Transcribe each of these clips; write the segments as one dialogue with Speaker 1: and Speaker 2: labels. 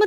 Speaker 1: 乜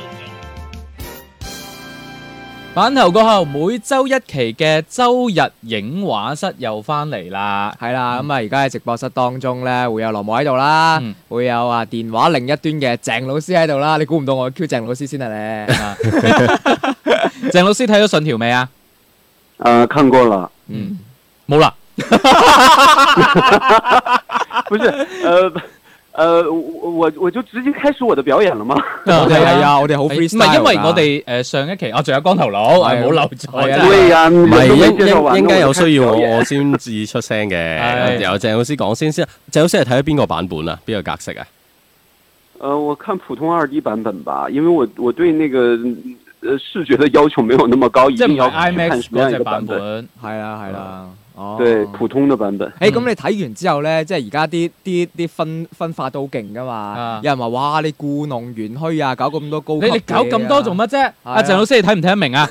Speaker 2: 影。
Speaker 3: 版頭過後，每周一期嘅周日影畫室又翻嚟啦。
Speaker 4: 係啦，咁啊，而家喺直播室當中咧，會有羅姆喺度啦
Speaker 3: 嗯，，
Speaker 4: 會有啊電話另一端嘅鄭老師喺度啦。你估唔到我 Q 鄭老師先啊咧
Speaker 3: 啊 鄭老師睇咗信條未啊？
Speaker 5: 呃，看过了，
Speaker 3: 嗯，冇啦。
Speaker 5: 不是，呃，呃，我我我就直接开始我的表演了吗？
Speaker 4: 我哋係啊，我哋好
Speaker 3: 唔
Speaker 4: free
Speaker 3: 哦係因為我哋誒上一期，我仲有光頭佬，
Speaker 4: 係啊
Speaker 3: 係冇漏咗。
Speaker 4: 係啊
Speaker 3: 真係
Speaker 5: 对呀、你
Speaker 6: 唔係
Speaker 5: 们都
Speaker 6: 應
Speaker 5: 没介绍
Speaker 6: 應
Speaker 5: 完
Speaker 6: 應該有
Speaker 5: 我就开
Speaker 6: 需
Speaker 5: 始
Speaker 6: 要
Speaker 5: 表
Speaker 6: 我
Speaker 5: 演
Speaker 6: 我先至出聲
Speaker 3: 係
Speaker 6: 嘅，由鄭老師講先先。鄭老師係睇咗邊個版本啊？邊個格式啊？
Speaker 5: 呃，我看普通二 D 版本吧，因为我我对那个呃视觉的要求没有那么高，一
Speaker 3: 即係唔
Speaker 5: 定
Speaker 3: 係
Speaker 5: 要看
Speaker 3: IMAX
Speaker 5: 什么
Speaker 3: 嗰
Speaker 5: 样一
Speaker 3: 只
Speaker 5: 个
Speaker 3: 版
Speaker 5: 版本。
Speaker 3: 本。
Speaker 4: 係啦係啦，哦，
Speaker 5: 对，普通的版本。
Speaker 4: 誒
Speaker 3: 嗯
Speaker 4: 咁你睇完之後咧，即係而家啲啲啲分分化都好勁噶嘛
Speaker 3: 啊，
Speaker 4: 有人話哇你故弄玄虛啊，搞咁多高級
Speaker 3: 你你搞
Speaker 4: 嘢
Speaker 3: 咁
Speaker 4: 啊
Speaker 3: 多做？乜啫？阿鄭老師，你睇唔睇得明啊？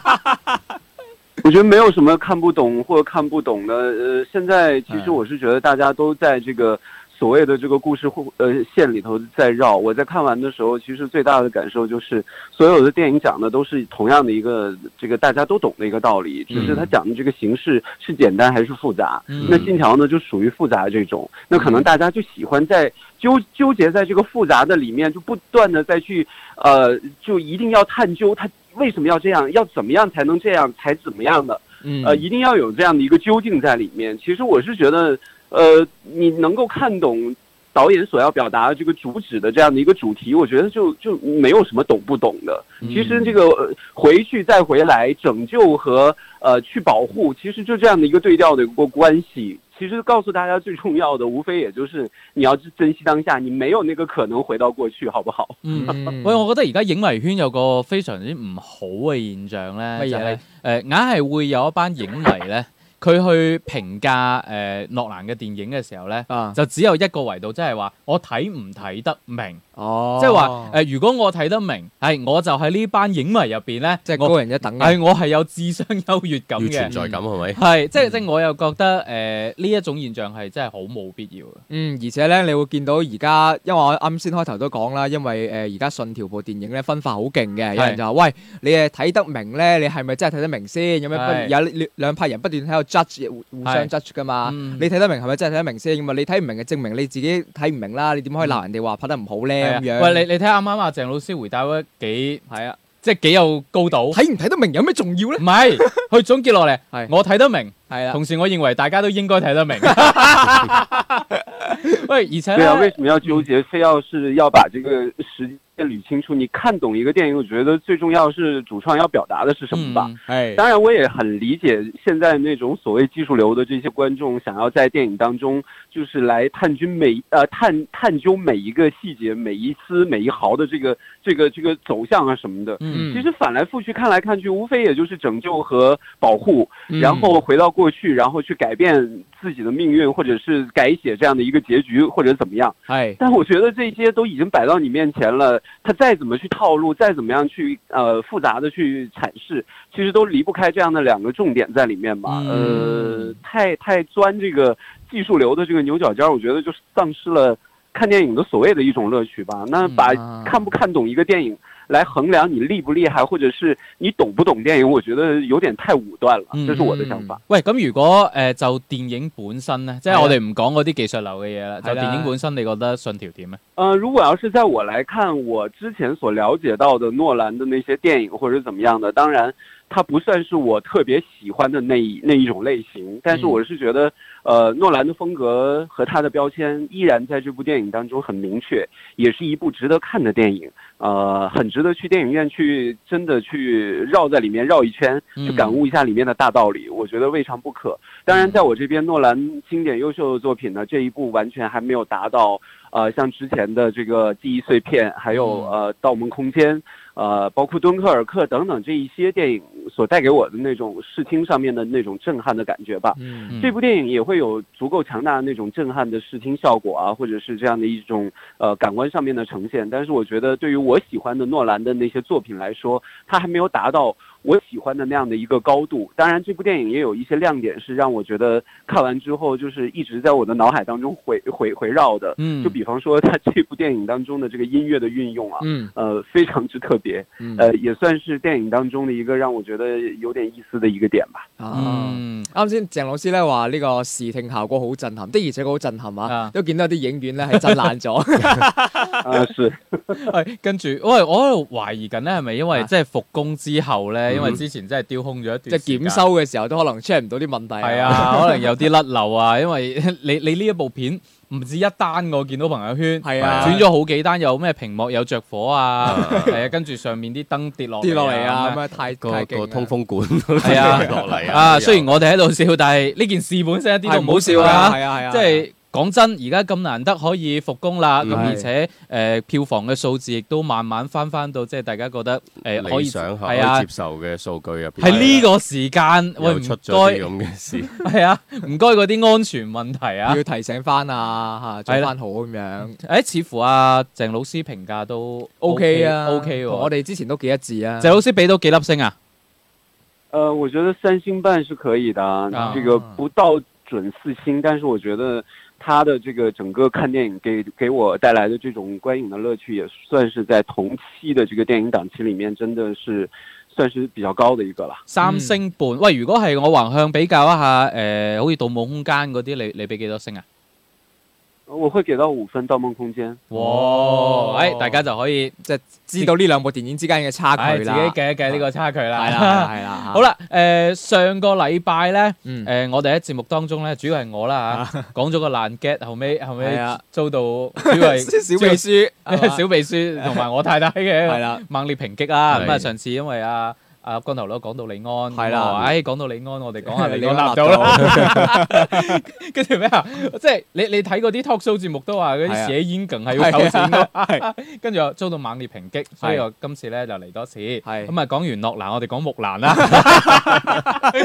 Speaker 5: 我觉得没有什么看不懂或看不懂的。呃，现在其实
Speaker 3: 嗯
Speaker 5: 我是觉得大家都在这个所谓的这个故事互呃线里头在绕。我在看完的时候，其实最大的感受就是，所有的电影讲的都是同样的一个这个大家都懂的一个道理，只是它讲的这个形式是简单还是复杂。
Speaker 3: 嗯
Speaker 5: 那信条呢，就属于复杂这种。那可能大家就喜欢在纠纠结在这个复杂的里面，就不断的再去呃，就一定要探究它为什么要这样，要怎么样才能这样，才怎么样的。
Speaker 4: 嗯
Speaker 5: 呃，一定要有这样的一个究竟在里面。其实我是觉得，呃，你能够看懂导演所要表达的这个主旨的这样的一个主题，我觉得就就没有什么懂不懂的。其实这个、呃回去再回来拯救和呃去保护，其实就这样的一个对调的一个关系。其实告诉大家最重要的，无非也就是你要珍惜当下，你没有那个可能回到过去，好不好？
Speaker 3: 嗯。
Speaker 4: 嗯
Speaker 3: 喂，我覺得而家影迷圈有個非常之唔好嘅現象咧，
Speaker 4: 乜
Speaker 3: 就
Speaker 4: 嘢
Speaker 3: 係呃
Speaker 4: 咧
Speaker 3: 誒硬係會有一班影迷咧， 佢去評價誒諾蘭嘅電影嘅時候咧，
Speaker 4: 啊
Speaker 3: 就只有一個維度，即係話我睇唔睇得明，
Speaker 4: 哦，
Speaker 3: 即係話呃誒如果我睇得明，係我就喺呢班影迷入邊咧，
Speaker 4: 即係
Speaker 3: 我
Speaker 4: 高人一等嘅，
Speaker 3: 係我係有智商優越感
Speaker 6: 要存
Speaker 3: 嘅。
Speaker 6: 在感係咪？
Speaker 3: 係，即係
Speaker 4: 嗯
Speaker 3: 即係，我又覺得誒呃呢一種現象係真係好冇必要嘅。
Speaker 4: 嗯，而且咧，你會見到而家，因為我啱先開頭都講啦，因為呃誒而家信條部電影咧分化好勁嘅，有人就話：喂，你誒睇得明咧，你係咪真係睇得明先？咁樣
Speaker 3: 係
Speaker 4: 不有兩兩派人不斷喺度 judge 互互
Speaker 3: 係
Speaker 4: 相 judge 噶嘛？
Speaker 3: 嗯
Speaker 4: 啊你睇得明係咪真係睇得明先？咁啊，你睇唔明嘅證明你自己睇唔明啦，你點可以鬧人哋話拍得唔好
Speaker 3: 係
Speaker 4: 咧？
Speaker 3: 啊
Speaker 4: 咁樣
Speaker 3: 喂，你你睇啱啱阿鄭老師回答得幾
Speaker 4: 係啊，
Speaker 3: 即係幾有高度。
Speaker 4: 嗯睇唔睇得明有咩重要咧？
Speaker 3: 唔係，佢總結落嚟
Speaker 4: 係，
Speaker 3: 我睇得明，
Speaker 4: 係啦，
Speaker 3: 同時我認為大家都應該睇得 明。喂，而 且
Speaker 5: 对啊，为
Speaker 3: 咧，
Speaker 5: 什么要纠结？非要是要把这个时间捋清楚？你看懂一个电影，我觉得最重要是主创要表达的是什么吧。
Speaker 3: 嗯
Speaker 4: 係
Speaker 5: 当然，我也很理解现在那种所谓技术流的这些观众，想要在电影当中就是来探究每呃探探究每一个细节、每一丝、每一毫的这个这个这个走向啊什么的。
Speaker 3: 嗯
Speaker 5: 其实反来覆去看来看去，无非也就是拯救和保护，
Speaker 4: 嗯
Speaker 5: 然后回到过去，然后去改变自己的命运，或者是改写这样的一个结局，或者怎么样。
Speaker 4: 係
Speaker 5: 但我觉得这些都已经摆到你面前了，他再怎么去套路，再怎么样去呃复杂的去阐释，其实都离不开这样的两个重点在里面吧。
Speaker 3: 嗯
Speaker 5: 呃，太太钻这个技术流的这个牛角尖儿，我觉得就是丧失了看电影的所谓的一种乐趣吧。那把
Speaker 3: 嗯
Speaker 4: 啊
Speaker 5: 看不看懂一个电影来衡量你厉不厉害，或者是你懂不懂电影，我觉得有点太武断了
Speaker 3: 嗯。
Speaker 5: 这是我的想法。
Speaker 3: 喂，咁如果誒就電影本身咧，即
Speaker 4: 係
Speaker 3: 係
Speaker 4: 啊
Speaker 3: 我哋唔講嗰啲技術流嘅嘢啦，就
Speaker 4: 係啦
Speaker 3: 電影本身，你覺得信條點咧？
Speaker 5: 呃，如果要是在我来看，我之前所了解到的诺兰的那些电影或者怎么样的，当然它不算是我特别喜欢的那一那一种类型，但是
Speaker 3: 嗯
Speaker 5: 我是觉得，呃，诺兰的风格和他的标签依然在这部电影当中很明确，也是一部值得看的电影，呃，很值得去电影院去真的去绕在里面绕一圈，去
Speaker 3: 嗯
Speaker 5: 感悟一下里面的大道理，我觉得未尝不可。当然，在我这边，诺兰经典优秀的作品呢，这一部完全还没有达到。呃，像之前的这个《记忆碎片》，还有
Speaker 3: 嗯
Speaker 5: 呃《盗梦空间》，呃，包括《敦刻尔克》等等这一些电影，所带给我的那种视听上面的那种震撼的感觉吧。
Speaker 4: 嗯
Speaker 5: 这部电影也会有足够强大的那种震撼的视听效果啊，或者是这样的一种呃感官上面的呈现。但是我觉得，对于我喜欢的诺兰的那些作品来说，它还没有达到我喜欢的那样的一个高度。当然，这部电影也有一些亮点，是让我觉得看完之后就是一直在我的脑海当中回回回绕的。
Speaker 3: 嗯
Speaker 5: 就比方说，它这部电影当中的这个音乐的运用啊，
Speaker 4: 嗯
Speaker 5: 呃，非常之特别，
Speaker 4: 嗯
Speaker 5: 呃，也算是电影当中的一个让我觉得有点意思的一个点 吧。
Speaker 4: 啊。
Speaker 3: 嗯
Speaker 4: 啱先鄭老師咧話呢個視聽效果好震撼，的而且確好震撼啊
Speaker 3: 啊！
Speaker 4: 都見到有啲影院咧係震爛咗，
Speaker 5: 啊，是。
Speaker 3: 係跟住，喂，我喺度懷疑緊咧，係咪因為
Speaker 4: 啊
Speaker 3: 即係復工之後咧，因為
Speaker 5: 嗯
Speaker 3: 之前真係丟空咗一段
Speaker 4: 即係檢
Speaker 3: 時間
Speaker 4: 修嘅時候都可能 check 唔到啲問題。
Speaker 3: 係，啊，可能有啲甩漏啊，因為 你你呢一部片唔止一單，我見到朋友圈
Speaker 4: 係啊
Speaker 3: 轉咗好幾單，有咩屏幕有着火啊，係啊，跟住上面啲燈跌落
Speaker 4: 跌落嚟啊
Speaker 3: 咁
Speaker 4: 咁
Speaker 3: 樣
Speaker 4: 啊，太
Speaker 6: 個
Speaker 4: 太勁
Speaker 6: 個
Speaker 4: 啦
Speaker 6: 通風管都
Speaker 3: 係啊
Speaker 6: 落嚟
Speaker 3: 啊，雖然我哋喺度笑，但係呢件事本身一啲
Speaker 4: 係
Speaker 3: 都唔好笑啊
Speaker 4: 啊，。係啊係啊，
Speaker 3: 即係講真，而家咁難得可以復工啦，咁
Speaker 4: 嗯
Speaker 3: 而且誒票房嘅數字亦都慢慢翻翻到即係大家覺得誒可
Speaker 6: 理
Speaker 3: 以
Speaker 6: 想下可
Speaker 3: 係啊
Speaker 6: 以接。受嘅數據入邊，啊
Speaker 3: 喺呢個時間，喂
Speaker 6: 又
Speaker 3: 唔
Speaker 6: 出咗啲
Speaker 3: 該，
Speaker 6: 咁 嘅事，
Speaker 3: 係啊，唔該嗰啲安全問題啊，
Speaker 4: 要提醒翻啊嚇，
Speaker 3: 係
Speaker 4: 做
Speaker 3: 啦
Speaker 4: 翻好咁樣。
Speaker 3: 誒，似乎阿鄭老師評價都
Speaker 4: O K 啊
Speaker 3: ，O K 喎，
Speaker 4: 同我哋之前都幾一致啊。
Speaker 3: 鄭老師俾到幾粒星啊？
Speaker 5: 呃，我觉得三星半是可以的，
Speaker 3: 啊
Speaker 5: 啊、这个不到准四星，但是我觉得它的这个整个看电影给给我带来的这种观影的乐趣，也算是在同期的这个电影档期里面，真的是算是比较高的一个了。
Speaker 3: 三星半。喂，如果係我橫向比較一下，誒、好似《盜夢空間》嗰啲，你你俾幾多星啊？
Speaker 5: 我会给到五分《盗梦空间》。
Speaker 3: 哇！
Speaker 4: 哦
Speaker 3: 誒、大家就可以
Speaker 4: 即係知道呢兩部電影之間嘅差
Speaker 3: 唉
Speaker 4: 距
Speaker 3: 自己
Speaker 4: 啦。
Speaker 3: 計一計呢個差距
Speaker 4: 係
Speaker 3: 啦。
Speaker 4: 啦 係 啦係啦。
Speaker 3: 好啦，誒、上個禮拜咧，誒、
Speaker 4: 嗯，
Speaker 3: 我哋喺節目當中咧，主要係我啦嚇，講咗個爛 get，後尾後尾
Speaker 4: 係啊
Speaker 3: 遭到主要係
Speaker 4: 小秘書
Speaker 3: 小秘書同埋我太太
Speaker 4: 係
Speaker 3: 嘅
Speaker 4: 啦，
Speaker 3: 猛烈抨擊啦。
Speaker 6: 係
Speaker 3: 咁啊，上次因為啊。啊，光頭佬講到李安，
Speaker 4: 係
Speaker 3: 咁
Speaker 4: 啦
Speaker 3: 我話唉，講到李安，我哋講下李
Speaker 4: 你
Speaker 3: 安
Speaker 4: 講
Speaker 3: 納到 啦。 跟住咩啊？即係你你睇嗰啲 talk show 節目都話嗰
Speaker 4: 係
Speaker 3: 啲
Speaker 4: 啊
Speaker 3: 寫煙梗係要扣錢㗎
Speaker 4: 係
Speaker 3: 跟住又遭到猛烈抨擊，所以
Speaker 4: 係
Speaker 3: 我今次咧就嚟多次。
Speaker 4: 係
Speaker 3: 咁啊，講完諾蘭，我哋講木 蘭啦。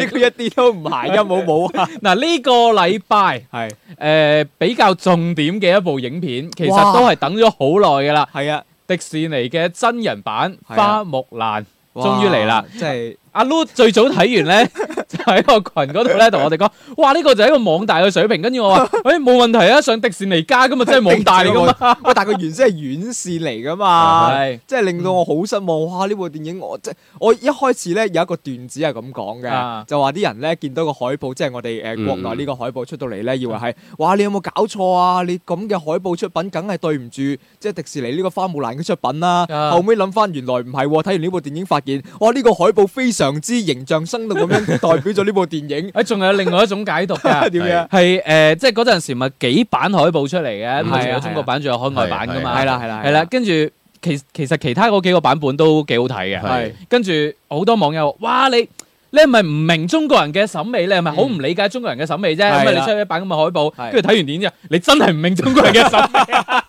Speaker 4: 呢個一啲都唔係音冇冇啊，
Speaker 3: 嗱呢個禮拜
Speaker 4: 係
Speaker 3: 誒比較重點嘅一部影片，其實
Speaker 4: 哇
Speaker 3: 都係等咗好耐㗎啦。
Speaker 4: 係啊，
Speaker 3: 迪士尼嘅真人版《
Speaker 4: 係啊
Speaker 3: 花木蘭》
Speaker 4: 哇
Speaker 3: 終於嚟啦！
Speaker 4: 即係
Speaker 3: 阿 Lu 最早睇完咧， 就喺個群嗰度咧同我哋 講：，哇！呢、個就係一個網大嘅水平。跟住我話：，誒、冇問題啊，上迪士尼加噶嘛，真係網大嚟 噶嘛。
Speaker 4: 嘛，喂，但係佢原先係院線嚟噶嘛。
Speaker 3: 係
Speaker 4: 即係令
Speaker 6: 嗯
Speaker 4: 到我好失望，哇！呢部電影我即係我一開始咧有一個段子係咁講
Speaker 3: 啊
Speaker 4: 嘅，就話啲人咧見到個海報，即係我哋誒
Speaker 6: 嗯
Speaker 4: 國內呢個海報出到嚟咧，以為係哇你有冇搞錯啊？你咁嘅海報出品，梗係對唔住即係迪士尼呢個花木蘭嘅出品啦。
Speaker 3: 啊
Speaker 4: 後尾諗翻原來唔係喎，睇完呢部電影發現，哇呢個海報非常之形象生動咁樣代表咗呢部電 影
Speaker 3: 哎誒，仲有另外一種解讀㗎。
Speaker 4: 點樣？
Speaker 3: 係誒、即係嗰陣時咪幾版海報出嚟嘅，咁
Speaker 4: 係啊
Speaker 3: 除咗中國版，仲有海外版噶嘛。
Speaker 4: 係啊啦係啦
Speaker 3: 係啦，，跟住其其實其他嗰幾個版本都幾好睇嘅。
Speaker 4: 係
Speaker 6: 係
Speaker 3: 跟住好多網友話：，哇！你你係咪唔明中國人嘅審美？你係咪好唔理解中國人嘅審美啫？
Speaker 4: 嗯
Speaker 3: 咁啊，
Speaker 4: 係
Speaker 3: 你
Speaker 4: 啦
Speaker 3: 出一版咁嘅海報，
Speaker 4: 係
Speaker 3: 跟住睇完點啫？你真係唔明中國人嘅審美啊？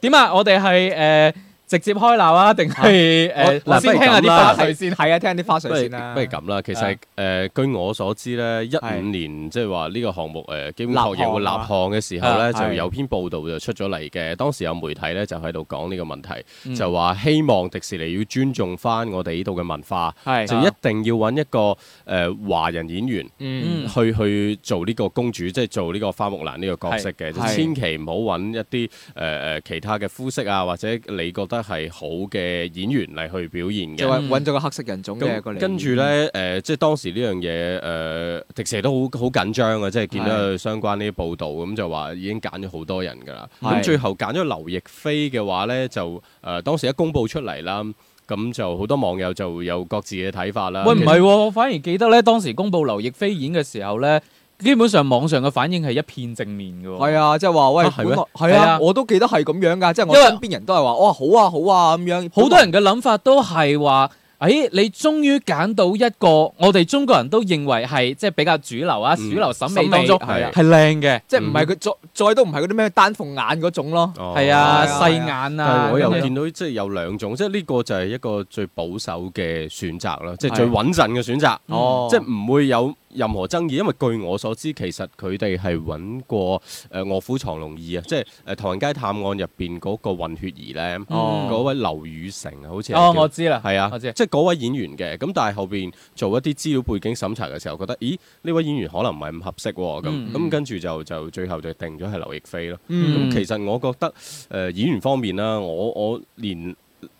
Speaker 3: 點啊？我哋係誒直接開鬧啊，定係誒
Speaker 6: 我嗱
Speaker 3: 先
Speaker 6: 不
Speaker 3: 聽
Speaker 6: 如
Speaker 3: 下啲
Speaker 6: 咁啦
Speaker 3: 花
Speaker 4: 花
Speaker 3: 絮
Speaker 4: 絮
Speaker 3: 先？
Speaker 4: 先係啊，聽啲花絮先啦。
Speaker 6: 不如咁啦，其實
Speaker 3: 啊
Speaker 6: 誒、呃據我所知咧，一
Speaker 4: 係
Speaker 6: 五年即係話呢個項目誒、呃基本
Speaker 4: 立
Speaker 6: 確認會立
Speaker 4: 項啊
Speaker 6: 項嘅時候
Speaker 3: 啊
Speaker 6: 咧，
Speaker 4: 係
Speaker 6: 就有篇報道就出咗嚟嘅。當時有媒體咧就喺度講呢個問題，
Speaker 3: 嗯
Speaker 6: 就話希望迪士尼要尊重翻我哋呢度嘅文化，
Speaker 4: 係
Speaker 6: 就
Speaker 3: 啊
Speaker 6: 一定要揾一個誒、呃、華人演員。
Speaker 4: 嗯
Speaker 3: 嗯
Speaker 6: 去去做呢個公主，即係做呢個花木蘭呢個角色嘅，就
Speaker 4: 係
Speaker 6: 千祈唔好揾一啲誒誒其他嘅膚色啊，或者你覺得係好嘅演員嚟去表現
Speaker 4: 就
Speaker 6: 嘅。
Speaker 4: 揾揾咗個黑色人種嘅過
Speaker 6: 嗯咁
Speaker 4: 嚟
Speaker 6: 跟住咧，誒、即係當時呢樣嘢，誒、呃迪士尼都好好緊張啊嘅，即係見到佢相關呢啲報道，咁就話已經揀咗好多人㗎啦。
Speaker 4: 係
Speaker 6: 咁最後揀咗劉亦菲嘅話咧，就誒、當時一公佈出嚟啦，咁就好多網友就有各自嘅睇法啦。
Speaker 3: 喂，唔係喎，我反而記得咧，當時公佈劉亦菲演嘅時候咧，基本上網上嘅反應係一片正面嘅喎。
Speaker 4: 係啊，即係話喂，
Speaker 6: 啊係咩
Speaker 4: 本來
Speaker 3: 係
Speaker 4: 係
Speaker 3: 啊
Speaker 4: 啊，我都記得係咁樣㗎，即係我
Speaker 3: 因為
Speaker 4: 身邊人都係話，哇，好啊，好啊咁樣，
Speaker 3: 好多人嘅諗法都係話誒，你終於揀到一個我哋中國人都認為係即係比較主流啊、嗯
Speaker 6: 嗯
Speaker 3: 主流審美當中
Speaker 4: 審美係啊
Speaker 3: 係靚嘅，
Speaker 4: 即係唔係佢再再都唔係嗰啲咩單鳳眼嗰種咯。
Speaker 6: 哦
Speaker 3: 係啊，
Speaker 4: 係啊
Speaker 3: 細眼啊
Speaker 6: 但，係我又
Speaker 3: 跟住
Speaker 6: 見到即係有兩種，即係呢個就係一個最保守嘅選擇啦，即係最
Speaker 4: 係
Speaker 6: 穩陣嘅選擇，
Speaker 4: 哦，
Speaker 6: 即係唔會有任何爭議。因為據我所知，其實佢哋係揾過誒《卧虎藏龍二》啊，即係誒《唐人街探案》入邊嗰個混血兒咧，
Speaker 4: 哦
Speaker 6: 嗰位劉宇成啊，好似係
Speaker 3: 哦，
Speaker 6: 叫
Speaker 3: 我知啦，
Speaker 6: 係啊，
Speaker 3: 我知
Speaker 6: 即係嗰位演員嘅，咁但係後邊做一啲資料背景審查嘅時候，覺得咦呢位演員可能唔係咁合適喎，咁
Speaker 3: 嗯
Speaker 6: 咁跟住就就最後就定咗係劉亦菲咯。
Speaker 3: 嗯
Speaker 6: 咁其實我覺得誒、呃演員方面啦，我我連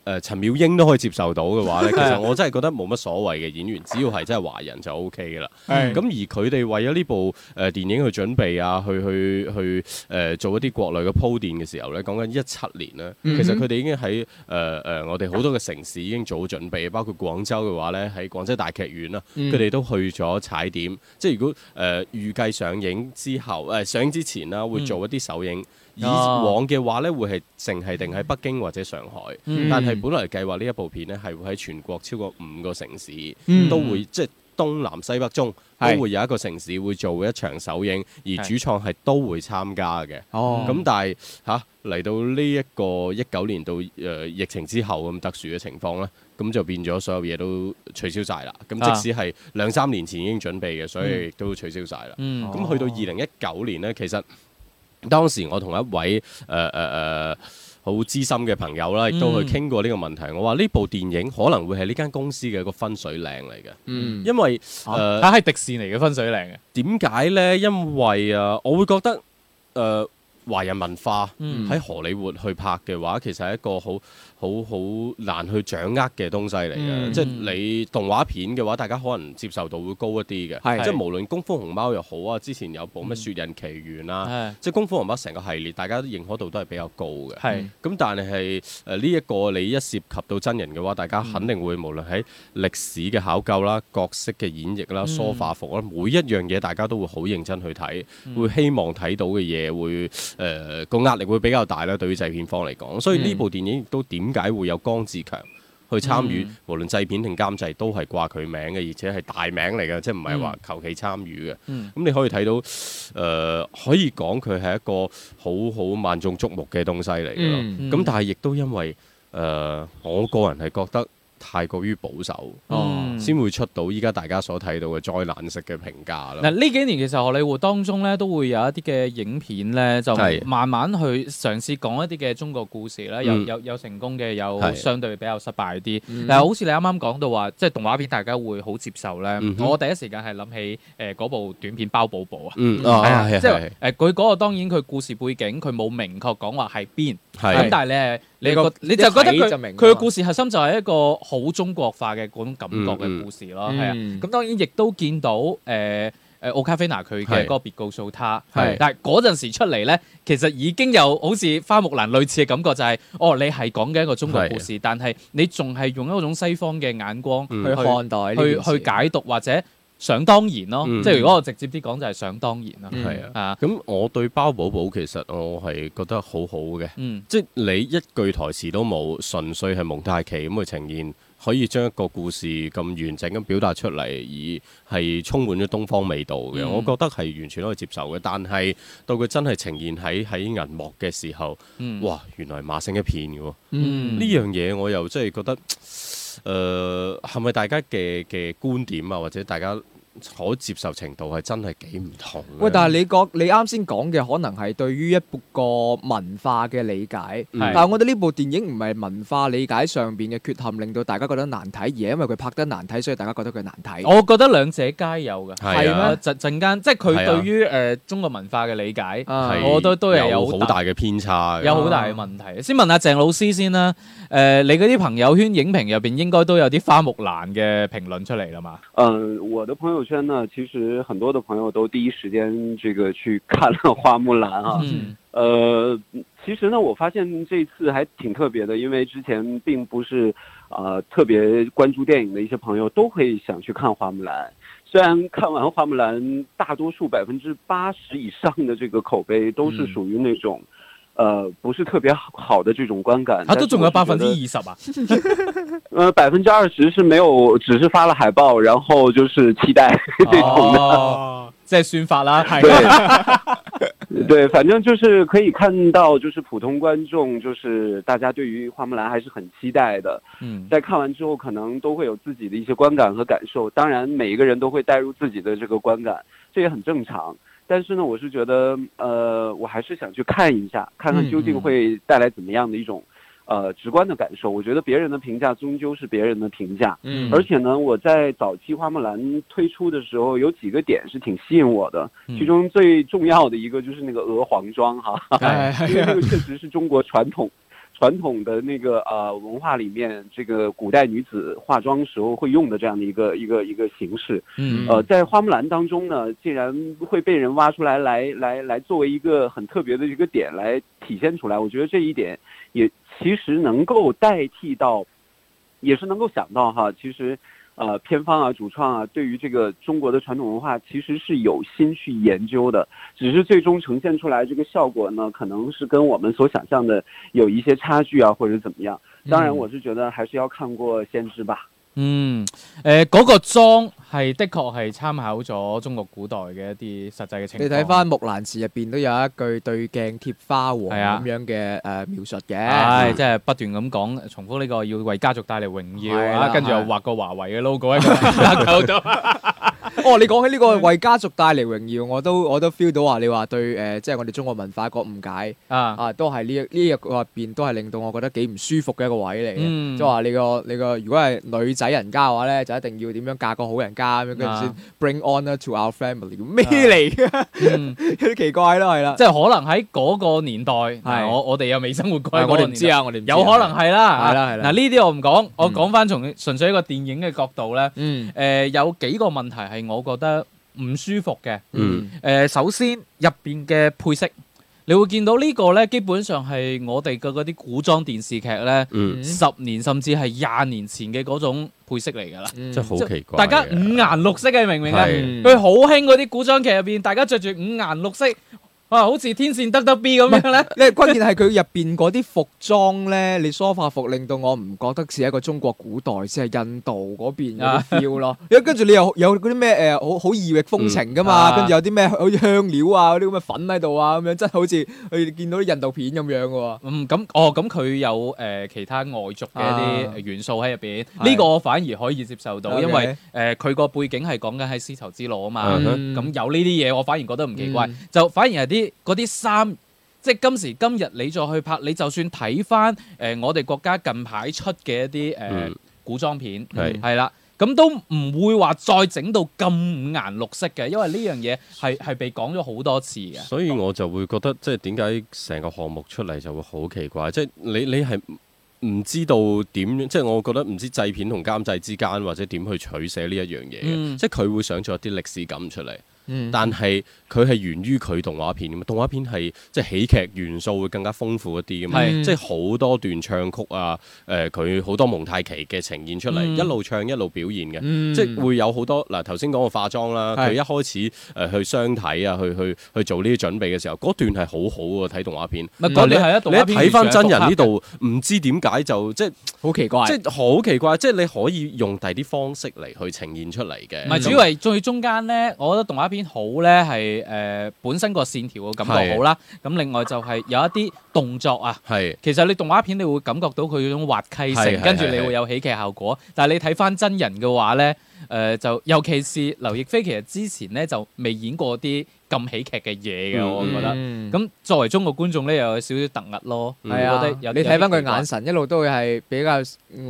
Speaker 6: 誒陳妙英都可以接受到嘅話 咧，其實我真係覺得冇乜所謂嘅演員，只要係真係華人就 O K 嘅啦。
Speaker 4: 係
Speaker 6: 咁而佢哋為咗呢部誒、呃、電影去準備啊，去去去誒、呃做一啲國內嘅鋪墊嘅時候咧，講緊一七年咧，
Speaker 4: 嗯哼
Speaker 6: 其實佢哋已經喺誒誒我哋好多嘅城市已經做好準備，包括廣州嘅話咧，喺廣州大劇院啦，
Speaker 4: 嗯
Speaker 6: 佢哋都去咗踩點，即係如果誒、呃、預計上映之後誒、呃上映之前啦，
Speaker 4: 嗯
Speaker 6: 會做一啲首映。以
Speaker 4: 哦
Speaker 6: 往嘅話咧，會係淨係定喺北京或者上海，
Speaker 3: 嗯
Speaker 6: 但係本來計劃呢一部片咧，係會喺全國超過五個城市。
Speaker 4: 嗯
Speaker 6: 都會即係東南西北中都
Speaker 4: 係
Speaker 6: 會有一個城市會做一場首映，而
Speaker 3: 係
Speaker 6: 主創係都會參加嘅。
Speaker 4: 哦
Speaker 6: 咁但係嚇嚟到呢一個一九年到誒、呃疫情之後咁特殊嘅情況咧，咁就變咗所有嘢都取消晒啦。
Speaker 3: 啊
Speaker 6: 咁即使係兩三年前已經準備嘅，所以亦都取消晒啦。
Speaker 3: 嗯
Speaker 4: 哦
Speaker 6: 咁去到二零一九年呢，其實當時我同一位誒誒誒好資深嘅朋友
Speaker 4: 嗯
Speaker 6: 啦，亦都去傾過呢個問題。我話呢部電影可能會係呢間公司嘅一個分水嶺嚟嘅，
Speaker 4: 嗯
Speaker 6: 因為誒。
Speaker 4: 啊
Speaker 6: 呃
Speaker 3: 啊係迪士尼嘅分水嶺嘅，
Speaker 6: 點解呢？因為啊，我會覺得誒、呃、華人文化
Speaker 3: 嗯
Speaker 6: 喺荷里活去拍嘅話，其實係一個好好好難去掌握嘅東西嚟嘅。
Speaker 4: 嗯
Speaker 6: 即係你動畫片嘅話，大家可能接受度會高一啲
Speaker 4: 係
Speaker 6: 嘅。即係無論《功夫熊貓》又好啊，之前有
Speaker 4: 嗯
Speaker 6: 部咩《雪人奇緣》啊，
Speaker 3: 係
Speaker 6: 即係《功夫熊貓》成個系列，大家都認可度都係比較高嘅。
Speaker 3: 係
Speaker 6: 咁但係誒呢一個你一涉及到真人嘅話，大家肯定會無論喺歷史嘅考究啦、角色嘅演繹啦、
Speaker 3: 嗯
Speaker 6: 梳化服啦，每一樣嘢大家都會好認真去睇，
Speaker 3: 嗯
Speaker 6: 會希望睇到嘅嘢會誒個壓力會比較大啦。對於製片方嚟講，所以呢
Speaker 3: 嗯
Speaker 6: 部電影亦都點解會有江志強？去參與，
Speaker 3: 嗯
Speaker 6: 無論製片定監製都係掛佢名嘅，而且係大名嚟嘅，即係唔係話求其參與嘅。
Speaker 3: 嗯
Speaker 6: 咁你可以睇到，誒、可以講佢係一個好好萬眾矚目嘅東西嚟嘅咯。
Speaker 4: 嗯
Speaker 6: 咁但係亦都因為誒、呃我個人係覺得太過於保守，
Speaker 4: 哦
Speaker 6: 先、會出到依家大家所睇到嘅災難式嘅評價啦
Speaker 3: 嗱。呢幾年其實荷里活當中咧都會有一啲嘅影片咧，就
Speaker 6: 係
Speaker 3: 慢慢去嘗試講一啲嘅中國故事啦，有
Speaker 6: 嗯
Speaker 3: 有有成功嘅，有
Speaker 6: 係
Speaker 3: 相對比較失敗啲。
Speaker 4: 嗯
Speaker 3: 但係好似你啱啱講到話，即係動畫片大家會好接受咧
Speaker 6: 嗯。哼
Speaker 3: 我第一時間係諗起誒嗰部短片《包寶寶》啊。
Speaker 6: 嗯，
Speaker 3: 係
Speaker 6: 啊，
Speaker 3: 啊，
Speaker 6: 係
Speaker 3: 即係
Speaker 6: 係
Speaker 3: 誒佢嗰個當然佢故事背景佢冇明確講話係邊，
Speaker 6: 係
Speaker 3: 咁
Speaker 6: 係
Speaker 3: 但係咧你
Speaker 4: 你
Speaker 3: 個
Speaker 4: 個
Speaker 3: 你就覺得
Speaker 4: 一睇就
Speaker 3: 佢
Speaker 4: 明
Speaker 3: 佢嘅故事核心就係一個好中國化嘅嗰種感覺
Speaker 6: 嗯
Speaker 3: 嘅
Speaker 6: 嗯
Speaker 3: 故事咯，
Speaker 4: 嗯
Speaker 3: 係啊，咁當然亦都見到誒。誒奧卡菲娜佢嘅
Speaker 6: 係
Speaker 3: 嗰個別告訴他，
Speaker 6: 係
Speaker 3: 但係嗰陣時出嚟咧，其實已經有好似花木蘭類似嘅感覺，就係哦，你係講緊一個中國故事，但係你仲係用一種西方嘅眼光
Speaker 6: 嗯
Speaker 4: 去
Speaker 3: 去
Speaker 4: 看待呢
Speaker 3: 去
Speaker 4: 件事
Speaker 3: 去解讀或者想當然咯，
Speaker 6: 嗯
Speaker 3: 即係如果我直接啲講就係想當然啦，
Speaker 4: 嗯
Speaker 6: 係啊。
Speaker 3: 啊，
Speaker 6: 咁我對包寶寶其實我係覺得好好嘅，
Speaker 3: 嗯
Speaker 6: 即係你一句台詞都冇，純粹係蒙太奇咁去呈現，可以將一個故事咁完整咁表達出嚟，而係充滿咗東方味道嘅，
Speaker 3: 嗯
Speaker 6: 我覺得係完全可以接受嘅。但係到佢真係呈現喺喺銀幕嘅時候，
Speaker 3: 嗯，
Speaker 6: 哇！原來係罵聲一片嘅喎，呢、
Speaker 3: 嗯，
Speaker 6: 樣嘢我又真係覺得，誒係咪大家嘅嘅觀點啊，或者大家可接受程度係真係幾唔同嘅
Speaker 4: 喂，但係你講你啱先講嘅，可能係對於一個文化嘅理解，
Speaker 6: 係
Speaker 4: 但
Speaker 3: 啊
Speaker 4: 係我覺得呢部電影唔係文化理解上邊嘅缺陷，令到大家覺得難睇，而係因為佢拍得難睇，所以大家覺得佢難睇。
Speaker 3: 我覺得兩者皆有嘅，
Speaker 6: 係啊
Speaker 3: 陣陣間即係佢
Speaker 6: 係啊
Speaker 3: 對於誒中國文化嘅理解，
Speaker 4: 啊
Speaker 6: 係
Speaker 3: 我覺得都係有
Speaker 6: 有
Speaker 3: 好
Speaker 6: 好
Speaker 3: 大
Speaker 6: 大嘅偏差嘅，
Speaker 3: 有好大嘅問題。先問下鄭老師先啦，誒你嗰啲朋友圈影評入邊應該都有啲花木蘭嘅評論出嚟啦嘛？
Speaker 5: 嗯，我的朋友圈呢，其实很多的朋友都第一时间这个去看了《花木兰》啊。
Speaker 3: 嗯
Speaker 5: 呃，其实呢，我发现这次还挺特别的，因为之前并不是呃特别关注电影的一些朋友都会想去看《花木兰》。虽然看完《花木兰》，大多数百分之八十以上的这个口碑都是
Speaker 3: 嗯
Speaker 5: 属于那种，呃，不是特别好好的这种观感。
Speaker 3: 嗯啊 啊都仲有百分之二
Speaker 5: 一，
Speaker 3: 十啊！
Speaker 5: 呃，百分之二十是没有，只是发了海报，然后就是期待这种的。
Speaker 3: 哦，即係算法 啦，係
Speaker 5: 对，对，反正就是可以看到，就是普通观众，就是大家对于花木兰还是很期待的。
Speaker 3: 嗯，
Speaker 5: 在看完之后，可能都会有自己的一些观感和感受。当然，每一个人都会带入自己的这个观感，这也很正常。但是呢，我是觉得，呃，我还是想去看一下，看看究竟会带来怎么样的一种，呃，直观的感受。我觉得别人的评价终究是别人的评价，
Speaker 4: 嗯
Speaker 5: 而且呢，我在早期花木兰推出的时候，有几个点是挺吸引我的，其中最重要的一个就是那个鹅黄妆哈，
Speaker 3: 嗯哎
Speaker 4: 係
Speaker 5: 因为
Speaker 4: 係啊
Speaker 5: 这个确实是中国传统。 传统的那个呃文化里面，这个古代女子化妆时候会用的这样的一个一个一个形式，
Speaker 3: 嗯
Speaker 5: 呃，在花木兰当中呢，竟然会被人挖出来，来来来作为一个很特别的一个点来体现出来。我觉得这一点也其实能够代替到，也是能够想到哈，其实。呃，片方啊，主创啊，对于这个中国的传统文化其实是有心去研究的，只是最终呈现出来这个效果呢，可能是跟我们所想象的有一些差距啊，或者怎么样。当然，
Speaker 3: 嗯
Speaker 5: 我是觉得还是要看过先知吧。
Speaker 3: 嗯，誒嗰個裝係的確係參考咗中國古代嘅一啲實際嘅情況。
Speaker 4: 你睇翻《木蘭辭》入邊都有一句對鏡貼花黃
Speaker 3: 係啊
Speaker 4: 咁樣嘅誒描述
Speaker 3: 唉，
Speaker 4: 嘅，嗯
Speaker 3: 即係不斷咁講，重複呢個要為家族帶嚟榮耀
Speaker 4: 係
Speaker 3: 啊，
Speaker 4: 啦
Speaker 3: 跟住又
Speaker 4: 係
Speaker 3: 畫個華為嘅 logo 喺 個架構度。
Speaker 4: 哦，你講起呢個為家族帶嚟榮耀，我都我都 feel 到話你話對誒、呃即係我哋中國文化一個誤解
Speaker 3: 啊，
Speaker 4: 啊，都係呢一呢一個入邊都係令到我覺得幾唔舒服嘅一個位嚟嘅。
Speaker 3: 嗯
Speaker 4: 即係話你個你個，如果係女仔人家嘅話咧，就一定要點樣嫁個好人家咁樣，跟住
Speaker 3: 啊
Speaker 4: 先 bring honor to our family 咩嚟嘅？
Speaker 3: 嗯
Speaker 4: 有啲奇怪啦，係啦，
Speaker 3: 即係可能喺嗰個年代，嗱我我哋又未生活過喺嗰個
Speaker 4: 我哋
Speaker 3: 年
Speaker 4: 唔
Speaker 3: 代
Speaker 4: 知啊，我哋唔知啊
Speaker 3: 有可能係啦。啊
Speaker 4: 係啦係啦
Speaker 3: 嗱呢啲我唔講，我講翻從純粹一個電影嘅角度咧，
Speaker 4: 嗯
Speaker 3: 誒有幾個問題係我覺得唔舒服嘅。
Speaker 6: 嗯
Speaker 3: 誒、首先入邊嘅配飾，你會見到呢個呢，基本上係我哋嘅嗰啲古裝電視劇呢，
Speaker 6: 嗯，
Speaker 4: 嗯
Speaker 3: 十年甚至係廿年前嘅嗰種配飾嚟㗎啦。
Speaker 4: 嗯
Speaker 6: 真係好奇
Speaker 3: 大
Speaker 6: 怪嘅。
Speaker 3: 家五顏六色嘅，明唔明啊？
Speaker 6: 係
Speaker 4: 嗯
Speaker 3: 佢好興嗰啲古裝劇入邊，大家着住五顏六色，哇，好似天線得得 B 咁樣呢。
Speaker 4: 因為關鍵係佢入邊嗰啲服裝咧，你梳化服令到我唔覺得似一個中國古代，似係印度嗰邊嗰啲 feel 咯。因為跟住你又有嗰啲咩誒，好好異域風情噶
Speaker 3: 嗯
Speaker 4: 嘛，
Speaker 3: 啊
Speaker 4: 跟住有啲咩好似香料啊嗰啲咁嘅粉喺度啊，咁樣真係好似佢見到啲印度片咁樣嘅喎。
Speaker 3: 嗯，咁哦，咁佢有誒、呃其他外族嘅一
Speaker 4: 啊
Speaker 3: 啲呃元素喺入邊，
Speaker 4: 係
Speaker 3: 呢個我反而可以接受到，
Speaker 4: OK
Speaker 3: 因為誒佢個背景係講緊喺絲綢之路啊嘛，咁、
Speaker 6: 嗯
Speaker 4: 哼
Speaker 3: 有呢啲嘢我反而覺得唔奇怪，
Speaker 4: 嗯
Speaker 3: 就反而係啲嗰啲衫。即係今時今日，你再去拍，你就算睇翻誒我哋國家近排出嘅一啲誒、呃
Speaker 6: 嗯
Speaker 3: 古裝片，
Speaker 6: 係
Speaker 3: 係啦，咁都唔會話再整到咁五顏六色嘅，因為呢樣嘢係係被講咗好多次嘅。
Speaker 6: 所以我就會覺得，即係點解成個項目出嚟就會好奇怪，即係你你係唔知道點，即係我覺得唔知製片同監製之間或者點去取捨呢一樣嘢嘅，
Speaker 3: 嗯
Speaker 6: 即係佢會想做一啲歷史感出嚟，
Speaker 4: 嗯
Speaker 6: 但係佢係源於佢動畫片㗎嘛，動畫片係即係喜劇元素會更加豐富一啲㗎嘛，
Speaker 3: 係
Speaker 6: 即係好多段唱曲啊，誒佢好多蒙太奇嘅呈現出嚟，
Speaker 3: 嗯
Speaker 6: 一路唱一路表現嘅，
Speaker 4: 嗯
Speaker 6: 即係會有好多嗱，頭先講個化妝啦，
Speaker 4: 係
Speaker 6: 佢一開始誒、呃去相睇啊，去去去做呢啲準備嘅時候，嗰段係好好喎，睇動畫片。
Speaker 3: 咪
Speaker 6: 但
Speaker 3: 嗰段係一動畫
Speaker 6: 你一
Speaker 3: 片
Speaker 6: 睇翻真人
Speaker 3: 原
Speaker 6: 呢
Speaker 3: 始
Speaker 6: 度，唔知點解就即係
Speaker 4: 好奇怪
Speaker 6: 即。係好奇怪，即係你可以用第啲方式嚟去呈現出嚟嘅。
Speaker 3: 唔係，主要係最中間咧，我覺得動畫片好咧係誒本身個線條嘅感覺好啦，咁另外就係有一啲動作啊。
Speaker 6: 係
Speaker 3: 其實你動畫片你會感覺到佢嗰種滑稽
Speaker 6: 係係
Speaker 3: 性，跟住
Speaker 6: 係
Speaker 3: 你
Speaker 6: 係
Speaker 3: 會有喜劇效果。但係你睇翻真人嘅話咧，誒、就尤其是劉亦菲其實之前咧就未演過啲咁喜劇嘅嘢嘅，
Speaker 6: 嗯
Speaker 3: 我覺得。
Speaker 4: 嗯
Speaker 3: 咁、作為中國觀眾咧，又有少少突兀咯。
Speaker 6: 嗯
Speaker 4: 係
Speaker 3: 我
Speaker 4: 啊
Speaker 3: 覺得有，
Speaker 4: 你睇翻佢眼神一路都會係比較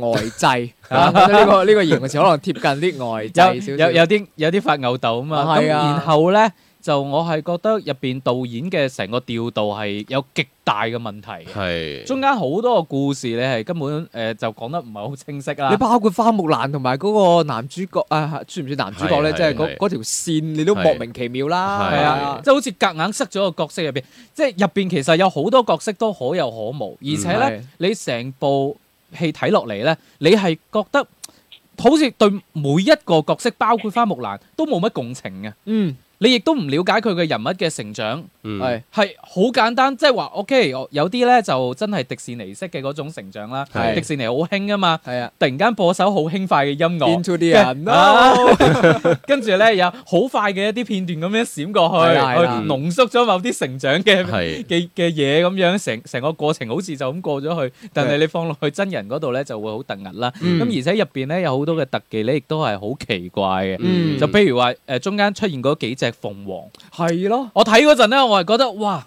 Speaker 4: 外滯，啊我覺得呢個呢個形容詞可能貼近啲外滯
Speaker 3: 有
Speaker 4: 少
Speaker 3: 有
Speaker 4: 少。
Speaker 3: 有啲有啲發吽豆啊嘛，
Speaker 4: 啊
Speaker 3: 咁
Speaker 4: 係啊
Speaker 3: 然後咧就我係覺得入邊導演嘅成個調度係有極大嘅問題嘅，
Speaker 6: 係
Speaker 3: 中間好多個故事你係根本誒、呃就講得唔係好清晰
Speaker 4: 你
Speaker 3: 啦。
Speaker 4: 包括花木蘭同埋嗰個男主角啊，算唔算男主角咧？
Speaker 6: 係
Speaker 4: 即係
Speaker 6: 係
Speaker 4: 嗰嗰條線，你都
Speaker 6: 係
Speaker 4: 莫名其妙啦，
Speaker 6: 係
Speaker 4: 係啊，
Speaker 3: 即係好似夾硬塞咗個角色入邊，即係入邊其實有好多角色都可有可無，而且咧、
Speaker 4: 嗯
Speaker 3: 你成部戲睇落嚟咧，你係覺得好似對每一個角色，包括花木蘭都冇乜共情嘅。
Speaker 4: 嗯，
Speaker 3: 你亦都唔了解佢嘅人物嘅成長，
Speaker 6: 嗯
Speaker 4: 係
Speaker 3: 係好簡單，即係話 OK，我有啲咧就真係迪士尼式嘅嗰種成長啦。
Speaker 6: 係
Speaker 3: 迪士尼好興啊嘛，
Speaker 4: 係啊
Speaker 3: 突然間播首好輕快嘅音樂，啊
Speaker 4: ，Into the Unknown
Speaker 3: 跟住咧有好快嘅一啲片段咁樣閃過去，
Speaker 4: 係啦係
Speaker 3: 去
Speaker 4: 啦
Speaker 3: 濃縮咗某啲成長嘅
Speaker 6: 係
Speaker 3: 嘅嘅嘢咁樣，成成個過程好似就咁過咗去，但係你放落去真人嗰度咧就會好突兀啦。咁、
Speaker 4: 嗯
Speaker 3: 而且入邊咧有好多嘅特技咧，亦都係好奇怪嘅。
Speaker 4: 嗯
Speaker 3: 就譬如話誒、呃中間出現嗰幾隻鳳凰，
Speaker 4: 係 咯，
Speaker 3: 我睇嗰陣咧，我係覺得哇，